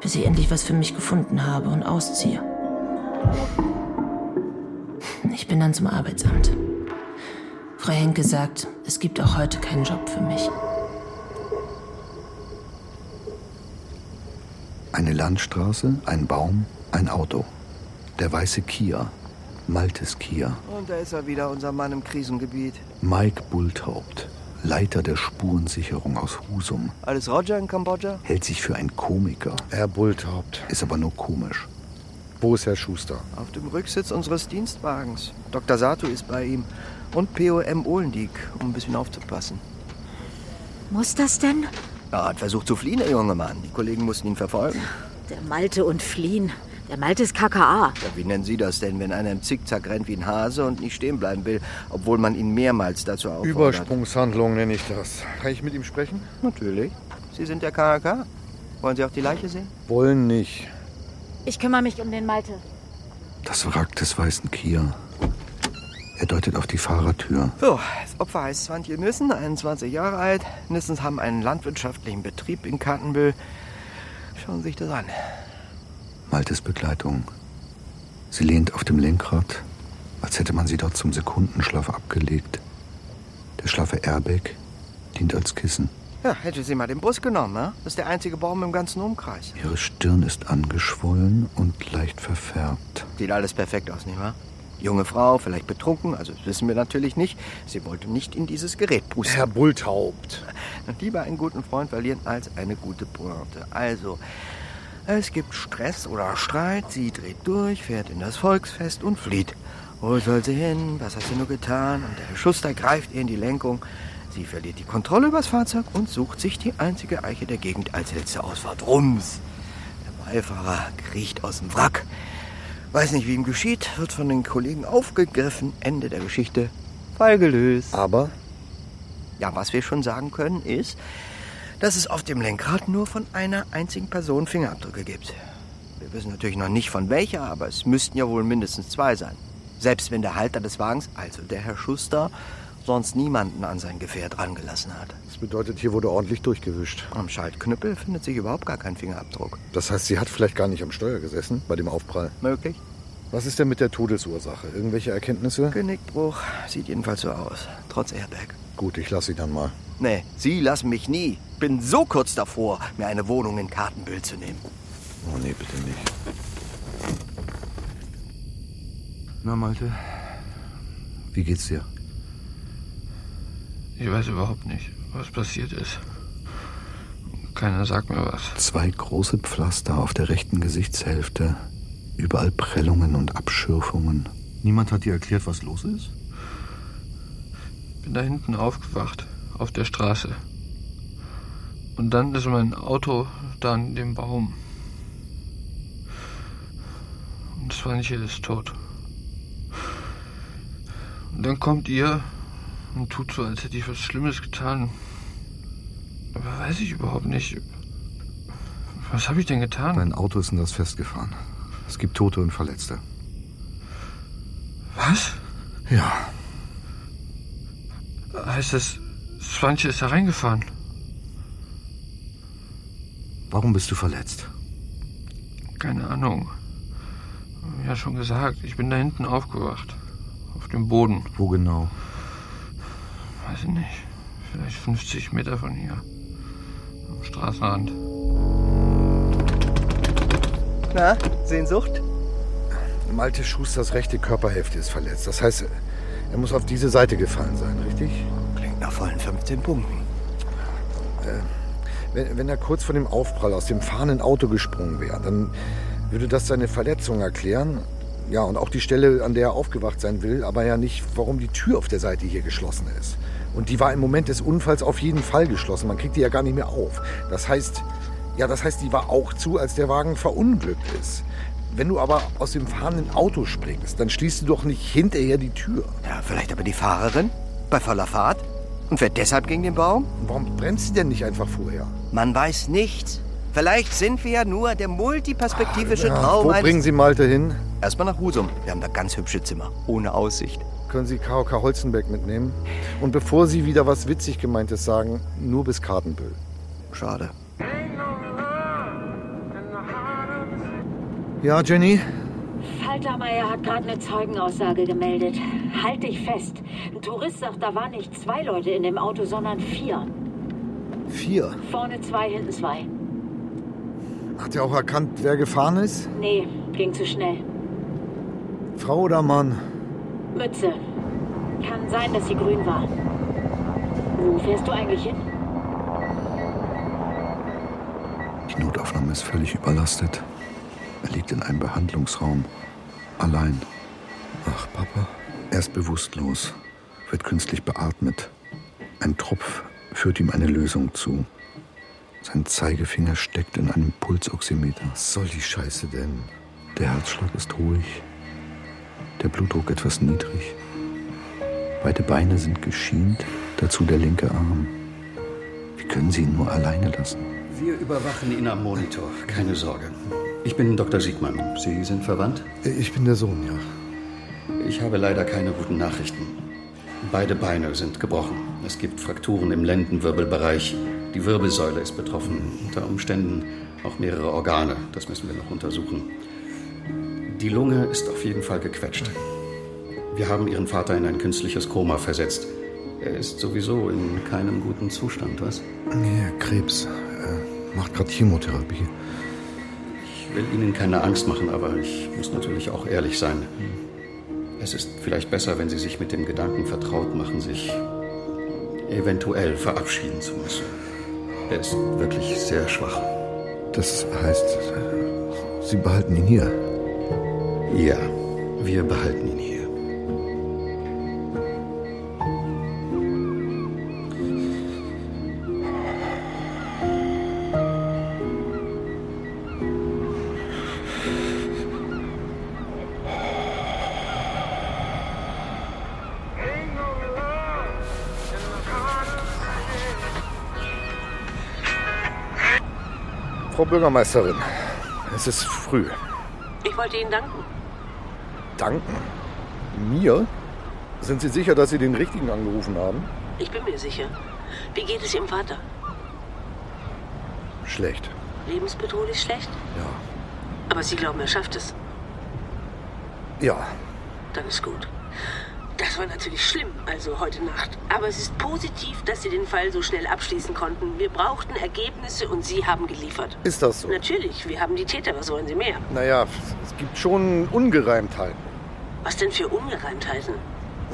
[SPEAKER 2] bis ich endlich was für mich gefunden habe und ausziehe. Ich bin dann zum Arbeitsamt. Frau Henke sagt, es gibt auch heute keinen Job für mich.
[SPEAKER 5] Eine Landstraße, ein Baum, ein Auto. Der weiße Kia. Maltes Kia.
[SPEAKER 14] Und da ist er wieder, unser Mann im Krisengebiet.
[SPEAKER 5] Mike Bulthaupt, Leiter der Spurensicherung aus Husum,
[SPEAKER 14] Alles Roger in Kambodscha?
[SPEAKER 5] hält sich für einen Komiker.
[SPEAKER 4] Herr Bulthaupt.
[SPEAKER 5] Ist aber nur komisch.
[SPEAKER 4] Wo ist Herr Schuster?
[SPEAKER 14] Auf dem Rücksitz unseres Dienstwagens. Dr. Sato ist bei ihm. Und POM Ohlendieck, um ein bisschen aufzupassen.
[SPEAKER 11] Muss das denn?
[SPEAKER 14] Ja, hat versucht zu fliehen, der junge Mann. Die Kollegen mussten ihn verfolgen.
[SPEAKER 11] Der Malte und Fliehen. Der Malte ist
[SPEAKER 14] Ja,
[SPEAKER 11] KKA.
[SPEAKER 14] wie nennen Sie das denn, wenn einer im Zickzack rennt wie ein Hase und nicht stehen bleiben will, obwohl man ihn mehrmals dazu auffordert?
[SPEAKER 4] Übersprungshandlung nenne ich das. Kann ich mit ihm sprechen?
[SPEAKER 14] Natürlich. Sie sind der KHK. Wollen Sie auch die Leiche sehen?
[SPEAKER 4] Wollen nicht.
[SPEAKER 11] Ich kümmere mich um den Malte.
[SPEAKER 5] Das Wrack des weißen Kia. Er deutet auf die Fahrertür.
[SPEAKER 14] So, das Opfer heißt Swantje Nissen, 21 Jahre alt. Nissens haben einen landwirtschaftlichen Betrieb in Kartenbüll. Schauen Sie sich das an.
[SPEAKER 5] Maltes Begleitung. Sie lehnt auf dem Lenkrad, als hätte man sie dort zum Sekundenschlaf abgelegt. Der schlaffe Airbag dient als Kissen.
[SPEAKER 14] Ja, hätte sie mal den Bus genommen, ne? Das ist der einzige Baum im ganzen Umkreis.
[SPEAKER 5] Ihre Stirn ist angeschwollen und leicht verfärbt.
[SPEAKER 14] Sieht alles perfekt aus, nicht wahr? Junge Frau, vielleicht betrunken, also das wissen wir natürlich nicht. Sie wollte nicht in dieses Gerät pusten.
[SPEAKER 16] Herr Bulthaupt.
[SPEAKER 14] Lieber einen guten Freund verlieren als eine gute Pointe. Also, es gibt Stress oder Streit, sie dreht durch, fährt in das Volksfest und flieht. Wo soll sie hin? Was hat sie nur getan? Und der Herr Schuster greift ihr in die Lenkung. Sie verliert die Kontrolle übers Fahrzeug und sucht sich die einzige Eiche der Gegend als letzte Ausfahrt. Rums! Der Beifahrer kriecht aus dem Wrack. Weiß nicht, wie ihm geschieht, wird von den Kollegen aufgegriffen. Ende der Geschichte. Fall gelöst. Aber? Ja, was wir schon sagen können, ist, dass es auf dem Lenkrad nur von einer einzigen Person Fingerabdrücke gibt. Wir wissen natürlich noch nicht von welcher, aber es müssten ja wohl mindestens zwei sein. Selbst wenn der Halter des Wagens, also der Herr Schuster, sonst niemanden an sein Gefährt rangelassen hat.
[SPEAKER 4] Das bedeutet, hier wurde ordentlich durchgewischt.
[SPEAKER 14] Am Schaltknüppel findet sich überhaupt gar kein Fingerabdruck.
[SPEAKER 4] Das heißt, sie hat vielleicht gar nicht am Steuer gesessen bei dem Aufprall.
[SPEAKER 14] Möglich.
[SPEAKER 4] Was ist denn mit der Todesursache? Irgendwelche Erkenntnisse?
[SPEAKER 14] Genickbruch sieht jedenfalls so aus, trotz Airbag.
[SPEAKER 4] Gut, ich lasse sie dann mal.
[SPEAKER 14] Nee, Sie lassen mich nie. Bin so kurz davor, mir eine Wohnung in Kartenbüll zu nehmen.
[SPEAKER 5] Oh nee, bitte nicht. Na, Malte, wie geht's dir?
[SPEAKER 22] Ich weiß überhaupt nicht, was passiert ist. Keiner sagt mir was.
[SPEAKER 5] Zwei große Pflaster auf der rechten Gesichtshälfte. Überall Prellungen und Abschürfungen. Niemand hat dir erklärt, was los ist?
[SPEAKER 22] Bin da hinten aufgewacht, auf der Straße. Und dann ist mein Auto da an dem Baum. Und das Schweinchen ist tot. Und dann kommt ihr und tut so, als hätte ich was Schlimmes getan. Aber weiß ich überhaupt nicht. Was habe ich denn
[SPEAKER 14] Ah.
[SPEAKER 22] getan?
[SPEAKER 5] Dein Auto ist in das festgefahren. Es gibt Tote und Verletzte.
[SPEAKER 22] Was?
[SPEAKER 5] Ja,
[SPEAKER 22] Heißt das, Swanche ist da reingefahren?
[SPEAKER 5] warum bist du verletzt?
[SPEAKER 22] Keine Ahnung. Ja, schon gesagt, ich bin da hinten aufgewacht. Auf dem Boden.
[SPEAKER 5] Wo genau?
[SPEAKER 22] Weiß ich nicht. Vielleicht 50 Meter von hier. Am Straßenrand.
[SPEAKER 14] Na, Sehnsucht?
[SPEAKER 4] Malte Schusters rechte Körperhälfte ist verletzt. Das heißt, er muss auf diese Seite gefallen sein, richtig?
[SPEAKER 14] Klingt nach vollen 15 Punkten.
[SPEAKER 4] Äh, wenn, wenn er kurz vor dem Aufprall aus dem fahrenden Auto gesprungen wäre, dann würde das seine Verletzung erklären. Ja, und auch die Stelle, an der er aufgewacht sein will, aber ja nicht, warum die Tür auf der Seite hier geschlossen ist. Und die war im Moment des Unfalls auf jeden Fall geschlossen. Man kriegt die ja gar nicht mehr auf. Das heißt, ja, das heißt, die war auch zu, als der Wagen verunglückt ist. Wenn du aber aus dem fahrenden Auto springst, dann schließt du doch nicht hinterher die Tür.
[SPEAKER 14] Ja, vielleicht aber die Fahrerin? Bei voller Fahrt? Und fährt deshalb gegen den Baum?
[SPEAKER 4] Warum bremst sie denn nicht einfach vorher?
[SPEAKER 14] Man weiß nichts. Vielleicht sind wir ja nur der multiperspektivische
[SPEAKER 4] Ja,
[SPEAKER 14] Traum
[SPEAKER 4] wo
[SPEAKER 14] eines-
[SPEAKER 4] bringen Sie Malte hin?
[SPEAKER 14] Erstmal nach Husum. Wir haben da ganz hübsche Zimmer. Ohne Aussicht.
[SPEAKER 4] Können Sie KOK Holzenbeck mitnehmen? Und bevor Sie wieder was witzig gemeintes sagen, nur bis Kartenbüll.
[SPEAKER 14] Schade.
[SPEAKER 4] Ja, Jenny?
[SPEAKER 18] Faltermeier hat gerade eine Zeugenaussage gemeldet. Halt dich fest. Ein Tourist sagt, da waren nicht zwei Leute in dem Auto, sondern vier.
[SPEAKER 4] Vier.
[SPEAKER 18] Vorne zwei, hinten zwei.
[SPEAKER 4] Hat er auch erkannt, wer gefahren ist?
[SPEAKER 18] Nee, ging zu schnell.
[SPEAKER 4] Frau oder Mann?
[SPEAKER 18] Mütze. Kann sein, dass sie grün war. Wo fährst du eigentlich hin?
[SPEAKER 5] Die Notaufnahme ist völlig überlastet. Er liegt in einem Behandlungsraum. Allein. Ach, Papa. Er ist bewusstlos, wird künstlich beatmet. Ein Tropf führt ihm eine Lösung zu. Sein Zeigefinger steckt in einem Pulsoximeter. Was
[SPEAKER 4] soll die Scheiße denn?
[SPEAKER 5] Der Herzschlag ist ruhig, der Blutdruck etwas niedrig. Beide Beine sind geschient, dazu der linke Arm. Wie können Sie ihn nur alleine lassen?
[SPEAKER 23] Wir überwachen ihn am Monitor, keine Sorge. Ich bin Dr. Siegmann. Sie sind verwandt?
[SPEAKER 4] Ich bin der Sohn, ja.
[SPEAKER 23] Ich habe leider keine guten Nachrichten. Beide Beine sind gebrochen. Es gibt Frakturen im Lendenwirbelbereich. Die Wirbelsäule ist betroffen. Unter Umständen auch mehrere Organe. Das müssen wir noch untersuchen. Die Lunge ist auf jeden Fall gequetscht. Wir haben Ihren Vater in ein künstliches Koma versetzt. Er ist sowieso in keinem guten Zustand, was?
[SPEAKER 5] Ja, Krebs. Äh, macht gerade Chemotherapie.
[SPEAKER 23] Ich will Ihnen keine Angst machen, aber ich muss natürlich auch ehrlich sein. Es ist vielleicht besser, wenn Sie sich mit dem Gedanken vertraut machen, sich eventuell verabschieden zu müssen. Er ist wirklich sehr schwach.
[SPEAKER 5] Das heißt, äh, Sie behalten ihn hier.
[SPEAKER 23] Ja, wir behalten ihn hier.
[SPEAKER 4] Frau Bürgermeisterin, es ist früh.
[SPEAKER 18] Ich wollte Ihnen danken.
[SPEAKER 4] Danken. Mir? Sind Sie sicher, dass Sie den richtigen angerufen haben?
[SPEAKER 18] Ich bin mir sicher. Wie geht es Ihrem Vater?
[SPEAKER 4] Schlecht.
[SPEAKER 18] Lebensbedrohlich schlecht?
[SPEAKER 4] Ja.
[SPEAKER 18] Aber Sie glauben, er schafft es.
[SPEAKER 4] Ja,
[SPEAKER 18] Dann ist gut. Das war natürlich schlimm, also heute Nacht. Aber es ist positiv, dass Sie den Fall so schnell abschließen konnten. Wir brauchten Ergebnisse und Sie haben geliefert.
[SPEAKER 4] Ist das so?
[SPEAKER 18] Natürlich, wir haben die Täter, was wollen Sie mehr?
[SPEAKER 4] naja, es gibt schon Ungereimtheiten.
[SPEAKER 18] Was denn für Ungereimtheiten?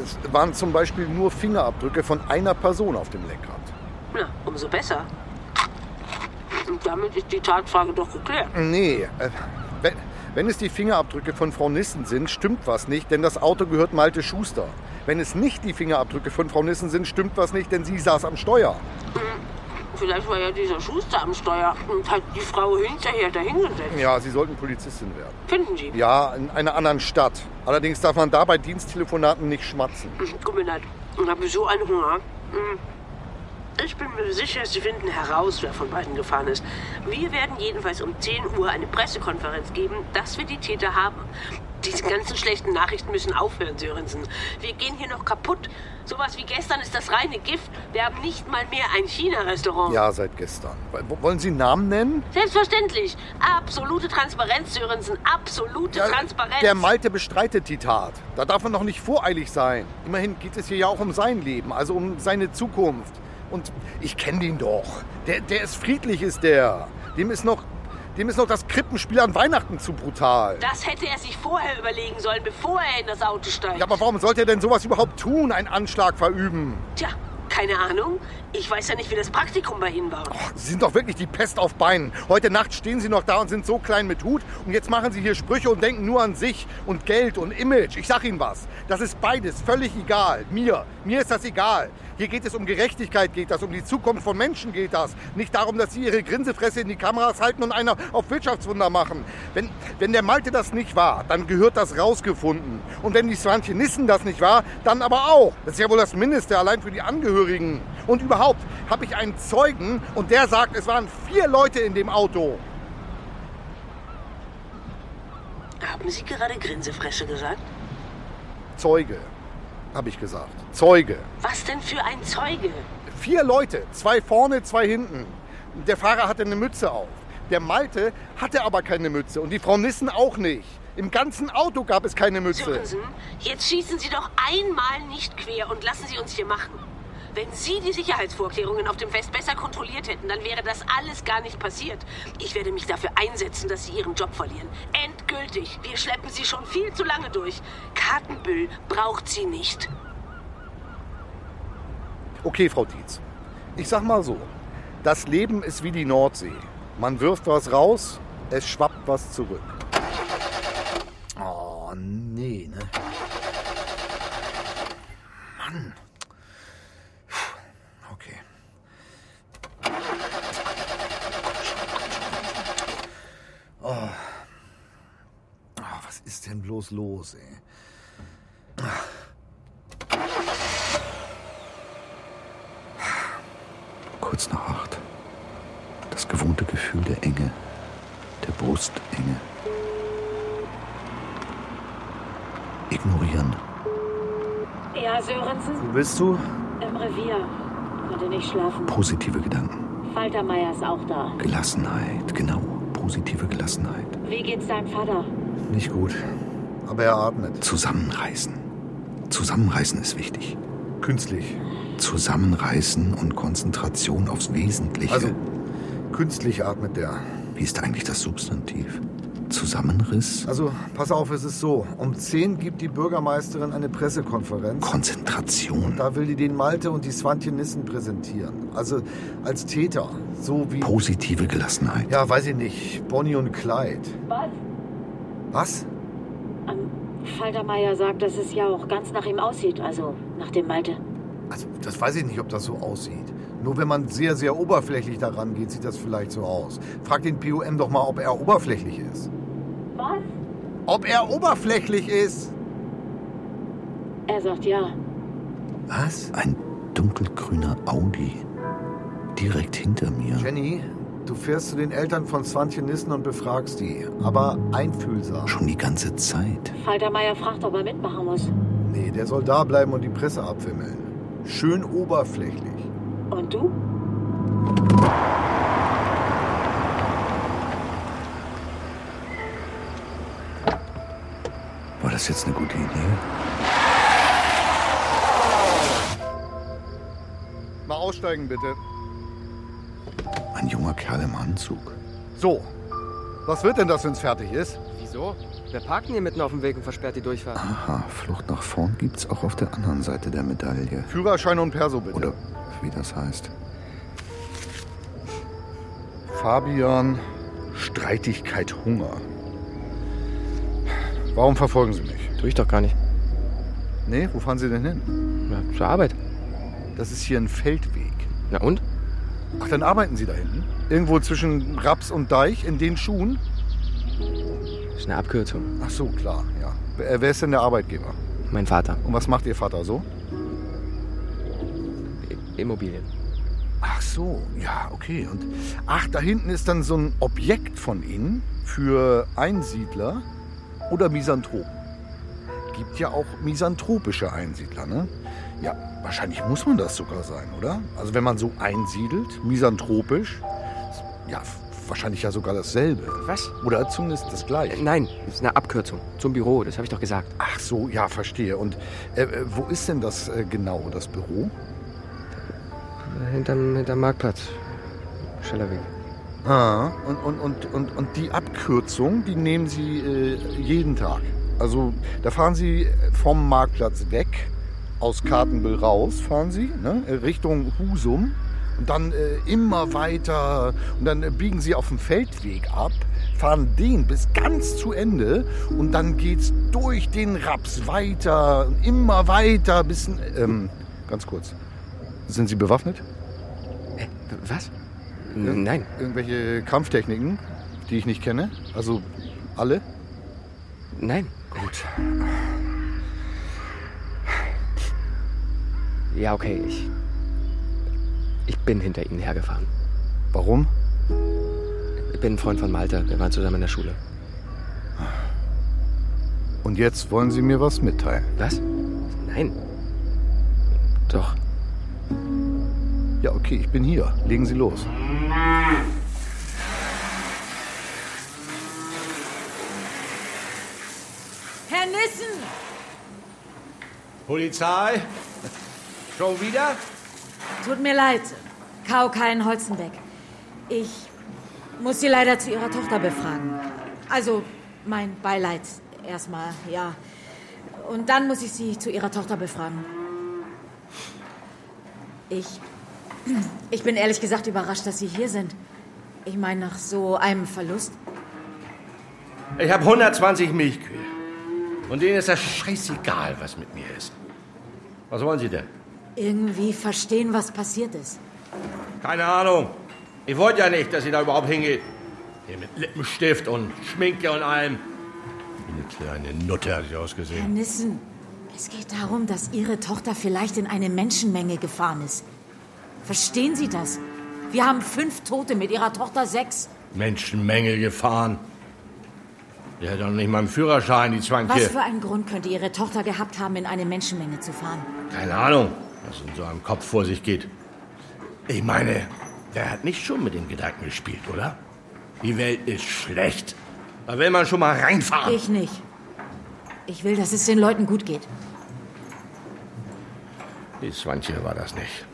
[SPEAKER 4] Es waren zum Beispiel nur Fingerabdrücke von einer Person auf dem Lenkrad.
[SPEAKER 18] Na, umso besser. Und damit ist die Tatfrage doch geklärt.
[SPEAKER 4] Nee, äh, wenn, wenn es die Fingerabdrücke von Frau Nissen sind, stimmt was nicht, denn das Auto gehört Malte Schuster. Wenn es nicht die Fingerabdrücke von Frau Nissen sind, stimmt was nicht, denn sie saß am Steuer.
[SPEAKER 18] Vielleicht war ja dieser Schuster am Steuer und hat die Frau hinterher dahingesetzt.
[SPEAKER 4] Ja, sie sollten Polizistin werden.
[SPEAKER 18] Finden Sie?
[SPEAKER 4] Ja, in einer anderen Stadt. Allerdings darf man da bei Diensttelefonaten nicht schmatzen.
[SPEAKER 18] Tut mir leid. Ich habe so einen Hunger. Hm. Ich bin mir sicher, Sie finden heraus, wer von beiden gefahren ist. Wir werden jedenfalls um 10 Uhr eine Pressekonferenz geben, dass wir die Täter haben. Diese ganzen schlechten Nachrichten müssen aufhören, Sörensen. Wir gehen hier noch kaputt. Sowas wie gestern ist das reine Gift. Wir haben nicht mal mehr ein China-Restaurant.
[SPEAKER 4] Ja, seit gestern. W- Wollen Sie Namen nennen?
[SPEAKER 18] Selbstverständlich. Absolute Transparenz, Sörensen. Absolute Transparenz.
[SPEAKER 4] Der Malte bestreitet die Tat. Da darf man noch nicht voreilig sein. Immerhin geht es hier ja auch um sein Leben, also um seine Zukunft. Und ich kenne den doch. Der, der ist friedlich, ist der. Dem ist noch, dem ist noch das Krippenspiel an Weihnachten zu brutal.
[SPEAKER 18] Das hätte er sich vorher überlegen sollen, bevor er in das Auto steigt.
[SPEAKER 4] Ja, aber warum sollte er denn sowas überhaupt tun? Einen Anschlag verüben?
[SPEAKER 18] Tja, keine Ahnung. Ich weiß ja nicht, wie das Praktikum bei Ihnen war.
[SPEAKER 4] Sie sind doch wirklich die Pest auf Beinen. Heute Nacht stehen Sie noch da und sind so klein mit Hut. Und jetzt machen Sie hier Sprüche und denken nur an sich und Geld und Image. Ich sag Ihnen was. Das ist beides völlig egal. Mir. Mir ist das egal. Hier geht es um Gerechtigkeit, geht das. Um die Zukunft von Menschen geht das. Nicht darum, dass Sie Ihre Grinsefresse in die Kameras halten und einer auf Wirtschaftswunder machen. Wenn, wenn der Malte das nicht war, dann gehört das rausgefunden. Und wenn die Swantje Nissen das nicht war, dann aber auch. Das ist ja wohl das Mindeste, allein für die Angehörigen. Und überhaupt habe ich einen Zeugen und der sagt, es waren vier Leute in dem Auto.
[SPEAKER 18] Haben Sie gerade Grinsefresche gesagt?
[SPEAKER 4] Zeuge, habe ich gesagt. Zeuge.
[SPEAKER 18] Was denn für ein Zeuge?
[SPEAKER 4] Vier Leute, zwei vorne, zwei hinten. Der Fahrer hatte eine Mütze auf. Der Malte hatte aber keine Mütze und die Frau Nissen auch nicht. Im ganzen Auto gab es keine Mütze.
[SPEAKER 18] Sörensen, jetzt schießen Sie doch einmal nicht quer und lassen Sie uns hier machen. Wenn Sie die Sicherheitsvorkehrungen auf dem Fest besser kontrolliert hätten, dann wäre das alles gar nicht passiert. Ich werde mich dafür einsetzen, dass Sie Ihren Job verlieren. Endgültig. Wir schleppen Sie schon viel zu lange durch. Kartenbüll braucht Sie nicht.
[SPEAKER 4] Okay, Frau Dietz. Ich sag mal so: Das Leben ist wie die Nordsee. Man wirft was raus, es schwappt was zurück.
[SPEAKER 5] Oh, nee, ne? Mann. Puh, Okay. Oh. Oh,
[SPEAKER 4] Ah,
[SPEAKER 5] was ist denn bloß los, ey? Kurz nach acht. Das gewohnte Gefühl der Enge, der Brustenge. Ignorieren.
[SPEAKER 18] Ja, Sörensen,
[SPEAKER 5] bist du?
[SPEAKER 18] im Revier. Konnte nicht schlafen.
[SPEAKER 5] Positive Gedanken,
[SPEAKER 18] Faltermeier ist auch da.
[SPEAKER 5] Gelassenheit, genau. Positive Gelassenheit.
[SPEAKER 18] Wie geht's deinem Vater?
[SPEAKER 5] Nicht gut. Aber er atmet. Zusammenreißen. Zusammenreißen ist wichtig. Künstlich. Zusammenreißen und Konzentration aufs Wesentliche.
[SPEAKER 4] Also, künstlich atmet der.
[SPEAKER 5] Wie ist eigentlich das Substantiv? Zusammenriss?
[SPEAKER 4] Also, pass auf, es ist so. Um 10 gibt die Bürgermeisterin eine Pressekonferenz.
[SPEAKER 5] Konzentration.
[SPEAKER 4] Und da will die den Malte und die Swantje Nissen präsentieren. Also als Täter. So wie.
[SPEAKER 5] Positive Gelassenheit.
[SPEAKER 4] Ja, weiß ich nicht. Bonnie und Clyde.
[SPEAKER 24] Was?
[SPEAKER 4] Was?
[SPEAKER 24] Faltermeier sagt, dass es ja auch ganz nach ihm aussieht, also nach dem Malte.
[SPEAKER 4] Also, das weiß ich nicht, ob das so aussieht. Nur wenn man sehr, sehr oberflächlich daran geht, sieht das vielleicht so aus. Frag den POM doch mal, ob er oberflächlich ist.
[SPEAKER 24] Was?
[SPEAKER 4] Ob er oberflächlich ist!
[SPEAKER 24] Er sagt ja.
[SPEAKER 4] Was?
[SPEAKER 5] Ein dunkelgrüner Audi. Direkt hinter mir.
[SPEAKER 4] Jenny, du fährst zu den Eltern von Swantje Nissen und befragst die. Aber einfühlsam.
[SPEAKER 5] Schon die ganze Zeit.
[SPEAKER 24] Faltermeier fragt, ob er mitmachen muss.
[SPEAKER 4] Nee, der soll da bleiben und die Presse abwimmeln. Schön oberflächlich.
[SPEAKER 24] Und du?
[SPEAKER 5] War das jetzt eine gute Idee?
[SPEAKER 4] Mal aussteigen, bitte.
[SPEAKER 5] Ein junger Kerl im Anzug.
[SPEAKER 4] So. Was wird denn das, wenn's fertig ist?
[SPEAKER 25] Wieso? Wir parken hier mitten auf dem Weg und versperrt die Durchfahrt.
[SPEAKER 5] Aha, Flucht nach vorn gibt's auch auf der anderen Seite der Medaille.
[SPEAKER 4] Führerschein und Perso, bitte.
[SPEAKER 5] Oder wie das heißt.
[SPEAKER 4] Fabian, Streitigkeit, Hunger. Warum verfolgen Sie mich?
[SPEAKER 25] Tue ich doch gar nicht.
[SPEAKER 4] Nee, wo fahren Sie denn hin?
[SPEAKER 25] Na, zur Arbeit.
[SPEAKER 4] Das ist hier ein Feldweg.
[SPEAKER 25] Na und?
[SPEAKER 4] Ach, dann arbeiten Sie da hinten? Irgendwo zwischen Raps und Deich in den Schuhen?
[SPEAKER 25] Ist eine Abkürzung.
[SPEAKER 4] Ach so, klar, ja. Wer, wer ist denn der Arbeitgeber?
[SPEAKER 25] Mein Vater.
[SPEAKER 4] Und was macht Ihr Vater so?
[SPEAKER 25] E-, Immobilien.
[SPEAKER 4] Ach so, ja, okay. Und ach, da hinten ist dann so ein Objekt von Ihnen für Einsiedler oder Misanthropen. Gibt ja auch misanthropische Einsiedler, ne? Ja, wahrscheinlich muss man das sogar sein, oder? Also wenn man so einsiedelt, misanthropisch, ja, wahrscheinlich ja sogar dasselbe.
[SPEAKER 25] Was?
[SPEAKER 4] Oder zumindest das gleiche.
[SPEAKER 25] Nein, ist eine Abkürzung. Zum Büro, das habe ich doch gesagt.
[SPEAKER 4] Ach so, ja, verstehe. Und äh, äh, wo ist denn das äh, genau, das Büro?
[SPEAKER 25] Hinterm, hinterm Marktplatz. Schellerweg.
[SPEAKER 4] Ah, und, und, und, und, und die Abkürzung, die nehmen Sie äh, jeden Tag. Also da fahren Sie vom Marktplatz weg, aus Kartenbüll raus fahren Sie, ne, Richtung Husum. Und dann äh, immer weiter. Und dann äh, biegen Sie auf dem Feldweg ab, fahren den bis ganz zu Ende. Und dann geht's durch den Raps weiter, immer weiter, bis... Ähm, ganz kurz. Sind Sie bewaffnet?
[SPEAKER 25] Äh, was? N- Nein.
[SPEAKER 4] Irgendwelche Kampftechniken, die ich nicht kenne? Also alle?
[SPEAKER 25] Nein.
[SPEAKER 4] Gut.
[SPEAKER 25] Ja, okay, ich. Ich bin hinter Ihnen hergefahren.
[SPEAKER 4] Warum?
[SPEAKER 25] Ich bin ein Freund von Malte. Wir waren zusammen in der Schule.
[SPEAKER 4] Und jetzt wollen Sie mir was mitteilen.
[SPEAKER 25] Was? Nein. Doch.
[SPEAKER 4] Ja, okay, ich bin hier. Legen Sie los.
[SPEAKER 11] Herr Nissen!
[SPEAKER 17] Polizei? Schon wieder?
[SPEAKER 11] Tut mir leid, K.O.K. in Holzenbeck. Ich muss Sie leider zu Ihrer Tochter befragen. Also mein Beileid erstmal, ja. Und dann muss ich Sie zu Ihrer Tochter befragen. Ich, ich bin ehrlich gesagt überrascht, dass Sie hier sind. Ich meine, nach so einem Verlust.
[SPEAKER 17] Ich habe 120 Milchkühe. Und denen ist das scheißegal, was mit mir ist. Was wollen Sie denn?
[SPEAKER 11] Irgendwie verstehen, was passiert ist.
[SPEAKER 17] Keine Ahnung. Ich wollte ja nicht, dass ihr da überhaupt hingeht. Hier mit Lippenstift und Schminke und allem. Wie eine kleine Nutte hat sie
[SPEAKER 11] Herr
[SPEAKER 17] ausgesehen.
[SPEAKER 11] Nissen, es geht darum, dass Ihre Tochter vielleicht in eine Menschenmenge gefahren ist. Verstehen Sie das? Wir haben fünf Tote, mit Ihrer Tochter sechs.
[SPEAKER 17] Menschenmenge gefahren. Der hat doch nicht mal einen Führerschein, die
[SPEAKER 11] Was
[SPEAKER 17] Zwanke.
[SPEAKER 11] für einen Grund könnte Ihre Tochter gehabt haben, in eine Menschenmenge zu fahren?
[SPEAKER 17] Keine Ahnung, was in so einem Kopf vor sich geht. Ich meine, der hat nicht schon mit dem Gedanken gespielt, oder? Die Welt ist schlecht. Da will man schon mal reinfahren.
[SPEAKER 11] Ich nicht. Ich will, dass es den Leuten gut geht.
[SPEAKER 17] Die Swantje war das nicht.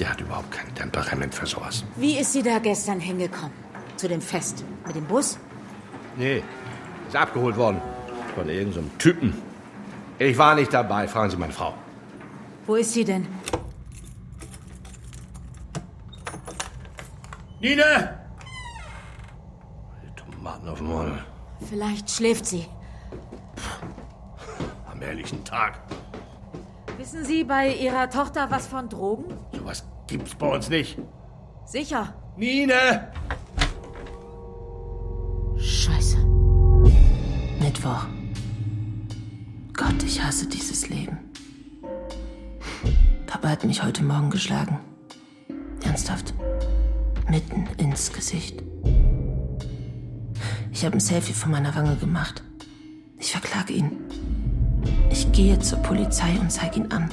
[SPEAKER 17] Die hat überhaupt kein Temperament für sowas.
[SPEAKER 11] Wie ist sie da gestern hingekommen? Zu dem Fest? Mit dem Bus?
[SPEAKER 17] Nee, ist abgeholt worden. Von irgendeinem Typen. Ich war nicht dabei, fragen Sie meine Frau.
[SPEAKER 11] Wo ist sie denn?
[SPEAKER 17] Nina! Die Tomaten auf dem Mund.
[SPEAKER 11] Vielleicht schläft sie.
[SPEAKER 17] Am herrlichen Tag.
[SPEAKER 11] Wissen Sie bei Ihrer Tochter was von Drogen?
[SPEAKER 17] Sowas gibt's bei uns nicht.
[SPEAKER 11] Sicher.
[SPEAKER 17] Nina!
[SPEAKER 2] Scheiße. Mittwoch. Gott, ich hasse dieses Leben. Papa hat mich heute Morgen geschlagen. Ernsthaft. Mitten ins Gesicht. Ich habe ein Selfie von meiner Wange gemacht. Ich verklage ihn. Ich gehe zur Polizei und zeige ihn an.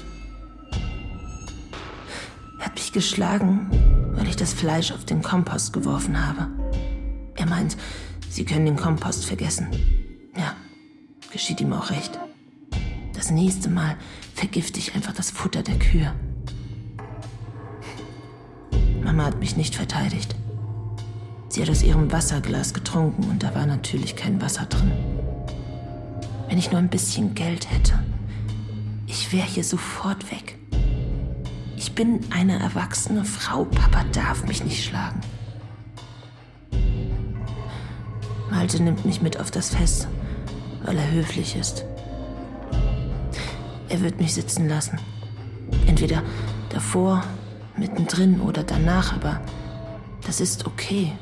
[SPEAKER 2] Er hat mich geschlagen, weil ich das Fleisch auf den Kompost geworfen habe. Er meint, sie können den Kompost vergessen. Ja, geschieht ihm auch recht. Das nächste Mal vergifte ich einfach das Futter der Kühe. Mama hat mich nicht verteidigt. Sie hat aus ihrem Wasserglas getrunken und da war natürlich kein Wasser drin. Wenn ich nur ein bisschen Geld hätte, ich wäre hier sofort weg. Ich bin eine erwachsene Frau. Papa darf mich nicht schlagen. Malte nimmt mich mit auf das Fest, weil er höflich ist. Er wird mich sitzen lassen. Entweder davor, mittendrin oder danach, aber das ist okay.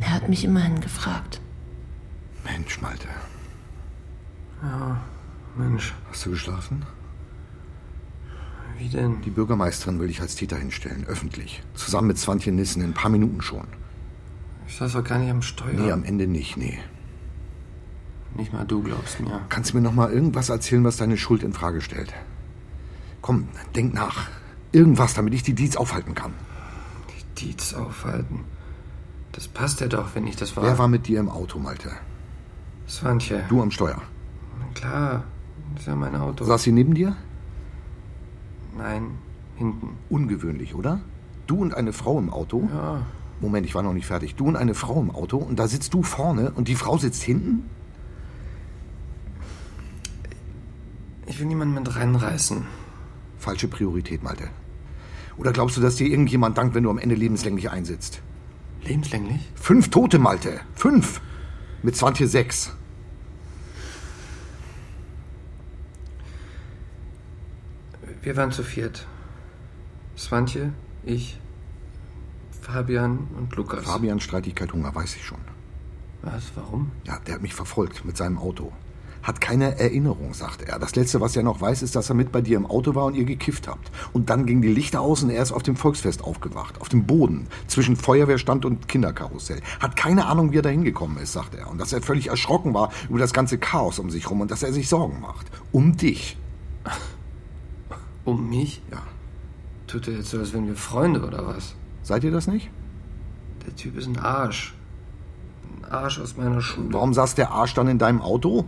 [SPEAKER 2] Er hat mich immerhin gefragt.
[SPEAKER 4] Mensch, Malte.
[SPEAKER 22] Ja, Mensch.
[SPEAKER 4] Hast du geschlafen?
[SPEAKER 22] Wie denn?
[SPEAKER 4] Die Bürgermeisterin will dich als Täter hinstellen, öffentlich. Zusammen mit Swantje Nissen, in ein paar Minuten schon.
[SPEAKER 22] Ich saß doch gar nicht am Steuer.
[SPEAKER 4] Nee, am Ende nicht, nee.
[SPEAKER 22] Nicht mal du glaubst mir.
[SPEAKER 4] Kannst du mir noch mal irgendwas erzählen, was deine Schuld in Frage stellt? Komm, denk nach. Irgendwas, damit ich die Dietz aufhalten kann.
[SPEAKER 22] Die Dietz aufhalten. Das passt ja doch, wenn ich das war.
[SPEAKER 4] Wer war mit dir im Auto, Malte?
[SPEAKER 22] Swantje.
[SPEAKER 4] Du am Steuer.
[SPEAKER 22] Na klar, das ist ja mein Auto.
[SPEAKER 4] Saß sie neben dir?
[SPEAKER 22] Nein, hinten.
[SPEAKER 4] Ungewöhnlich, oder? Du und eine Frau im Auto?
[SPEAKER 22] Ja.
[SPEAKER 4] Moment, ich war noch nicht fertig. Du und eine Frau im Auto und da sitzt du vorne und die Frau sitzt hinten?
[SPEAKER 22] Ich will niemanden mit reinreißen.
[SPEAKER 4] Falsche Priorität, Malte. Oder glaubst du, dass dir irgendjemand dankt, wenn du am Ende lebenslänglich einsitzt?
[SPEAKER 22] Lebenslänglich?
[SPEAKER 4] Fünf Tote, Malte. Fünf. Mit 20 sechs.
[SPEAKER 22] Wir waren zu viert. Swantje, ich, Fabian und Lukas.
[SPEAKER 4] Fabian Streitigkeit Hunger, weiß ich schon.
[SPEAKER 22] Was? Warum?
[SPEAKER 4] Ja, der hat mich verfolgt mit seinem Auto. Hat keine Erinnerung, sagt er. Das Letzte, was er noch weiß, ist, dass er mit bei dir im Auto war und ihr gekifft habt. Und dann gingen die Lichter aus und er ist auf dem Volksfest aufgewacht. Auf dem Boden, zwischen Feuerwehrstand und Kinderkarussell. Hat keine Ahnung, wie er da hingekommen ist, sagt er. Und dass er völlig erschrocken war über das ganze Chaos um sich rum und dass er sich Sorgen macht. Um dich.
[SPEAKER 22] Um mich?
[SPEAKER 4] Ja.
[SPEAKER 22] Tut er jetzt so, als wären wir Freunde oder was?
[SPEAKER 4] Seid ihr das nicht?
[SPEAKER 22] Der Typ ist ein Arsch. Ein Arsch aus meiner Schule.
[SPEAKER 4] Warum saß der Arsch dann in deinem Auto?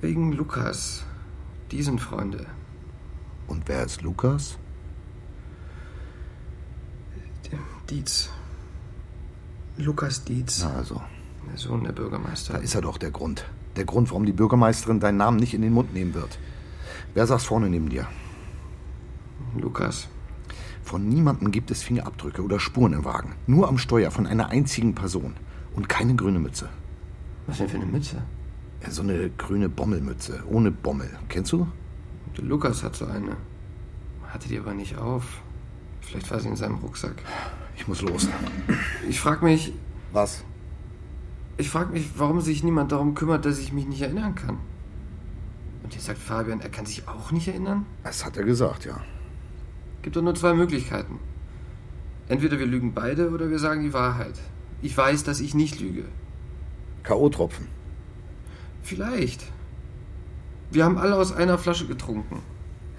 [SPEAKER 22] Wegen Lukas. Die sind Freunde.
[SPEAKER 4] Und wer ist Lukas?
[SPEAKER 22] Dietz. Lukas Dietz.
[SPEAKER 4] Na also,
[SPEAKER 22] Der Sohn der
[SPEAKER 4] da
[SPEAKER 22] Bürgermeisterin.
[SPEAKER 4] ist er doch der Grund. Der Grund, warum die Bürgermeisterin deinen Namen nicht in den Mund nehmen wird. Wer saß vorne neben dir?
[SPEAKER 22] Lukas.
[SPEAKER 4] Von niemandem gibt es Fingerabdrücke oder Spuren im Wagen. Nur am Steuer von einer einzigen Person. Und keine grüne Mütze.
[SPEAKER 22] Was denn für eine Mütze?
[SPEAKER 4] Ja, So eine grüne Bommelmütze. Ohne Bommel. Kennst du?
[SPEAKER 22] Der Lukas hat so eine. Hatte die aber nicht auf. Vielleicht war sie in seinem Rucksack.
[SPEAKER 4] Ich muss los.
[SPEAKER 22] Ich frag mich,
[SPEAKER 4] Was?
[SPEAKER 22] ich frag mich, warum sich niemand darum kümmert, dass ich mich nicht erinnern kann. Und jetzt sagt Fabian, er kann sich auch nicht erinnern?
[SPEAKER 4] Das hat er gesagt, ja.
[SPEAKER 22] Gibt doch nur zwei Möglichkeiten. Entweder wir lügen beide oder wir sagen die Wahrheit. Ich weiß, dass ich nicht lüge.
[SPEAKER 4] K.O.-Tropfen.
[SPEAKER 22] Vielleicht. Wir haben alle aus einer Flasche getrunken.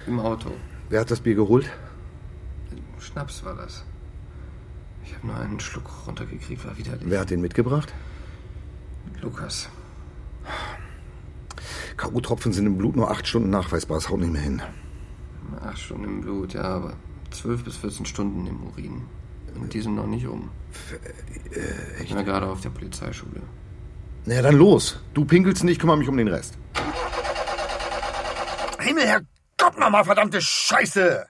[SPEAKER 22] Im Auto.
[SPEAKER 4] Wer hat das Bier geholt?
[SPEAKER 22] Schnaps war das. Ich habe nur einen Schluck runtergekriegt, war widerlich.
[SPEAKER 4] Wer hat den mitgebracht?
[SPEAKER 22] Lukas.
[SPEAKER 4] K.O.-Tropfen sind im Blut nur acht Stunden nachweisbar. Das haut nicht mehr hin.
[SPEAKER 22] Acht Stunden im Blut, ja, aber zwölf bis 14 Stunden im Urin. Und die sind noch nicht um. Äh, Ich bin ja gerade auf der Polizeischule.
[SPEAKER 4] Na ja, dann los. Du pinkelst und ich kümmere mich um den Rest.
[SPEAKER 26] Himmel, Herr Gott nochmal, verdammte Scheiße!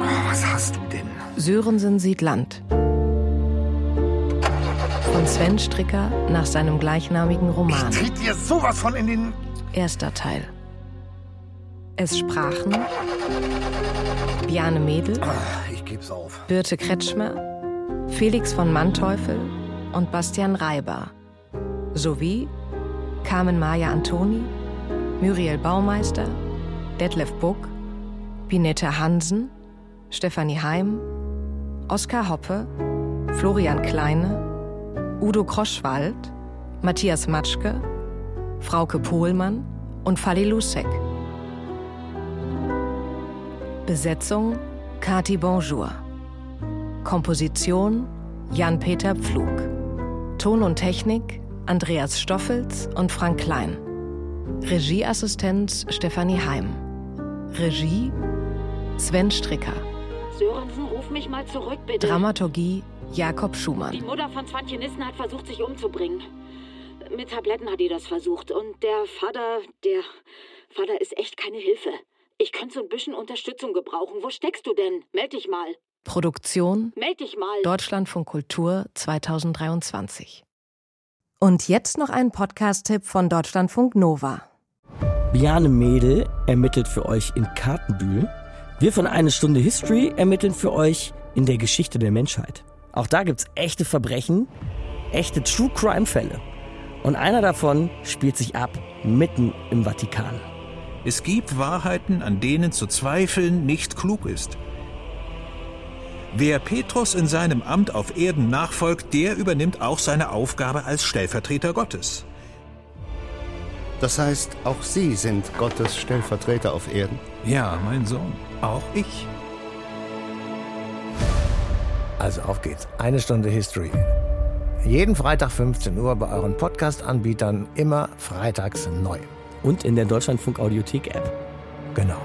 [SPEAKER 4] Ah, was hast du denn?
[SPEAKER 1] Sörensen sieht Land. Von Sven Stricker nach seinem gleichnamigen Roman.
[SPEAKER 26] Ich tritt dir sowas von in den...
[SPEAKER 1] Erster Teil. Es sprachen Biane Mädel,
[SPEAKER 4] Ah.
[SPEAKER 26] Ich geb's auf.
[SPEAKER 1] Birte Kretschmer, Felix von Manteuffel und Bastian Reiber. Sowie Carmen Maya Antoni, Muriel Baumeister, Detlef Buck, Binette Hansen, Stefanie Heim, Oskar Hoppe, Florian Kleine, Udo Kroschwald, Matthias Matschke, Frauke Pohlmann und Fali Lusek. Besetzung Kati Bonjour. Komposition Jan-Peter Pflug. Ton und Technik Andreas Stoffels und Frank Klein. Regieassistenz Stefanie Heim. Regie Sven Stricker.
[SPEAKER 11] Sörensen, ruf mich mal zurück, bitte.
[SPEAKER 1] Dramaturgie Jakob
[SPEAKER 11] Die
[SPEAKER 1] Schumann.
[SPEAKER 11] Mutter von Swantje Nissen hat versucht, sich umzubringen. Mit Tabletten hat die das versucht. Und der Vater, der Vater ist echt keine Hilfe. Ich könnte so ein bisschen Unterstützung gebrauchen. Wo steckst du denn? Meld dich mal.
[SPEAKER 1] Produktion
[SPEAKER 11] Meld dich mal.
[SPEAKER 1] Deutschlandfunk Kultur 2023. Und jetzt noch ein Podcast-Tipp von Deutschlandfunk Nova.
[SPEAKER 3] Biane Mädel ermittelt für euch in Kartenbühl. Wir von Eine Stunde History ermitteln für euch in der Geschichte der Menschheit. Auch da gibt's echte Verbrechen, echte True Crime Fälle. Und einer davon spielt sich ab mitten im Vatikan.
[SPEAKER 7] Es gibt Wahrheiten, an denen zu zweifeln nicht klug ist. Wer Petrus in seinem Amt auf Erden nachfolgt, der übernimmt auch seine Aufgabe als Stellvertreter Gottes.
[SPEAKER 5] Das heißt, auch Sie sind Gottes Stellvertreter auf Erden?
[SPEAKER 7] Ja, mein Sohn, auch ich.
[SPEAKER 6] Also auf geht's. Eine Stunde History. Jeden Freitag 15 Uhr bei euren Podcast-Anbietern immer freitags neu.
[SPEAKER 3] Und in der Deutschlandfunk Audiothek App.
[SPEAKER 6] Genau.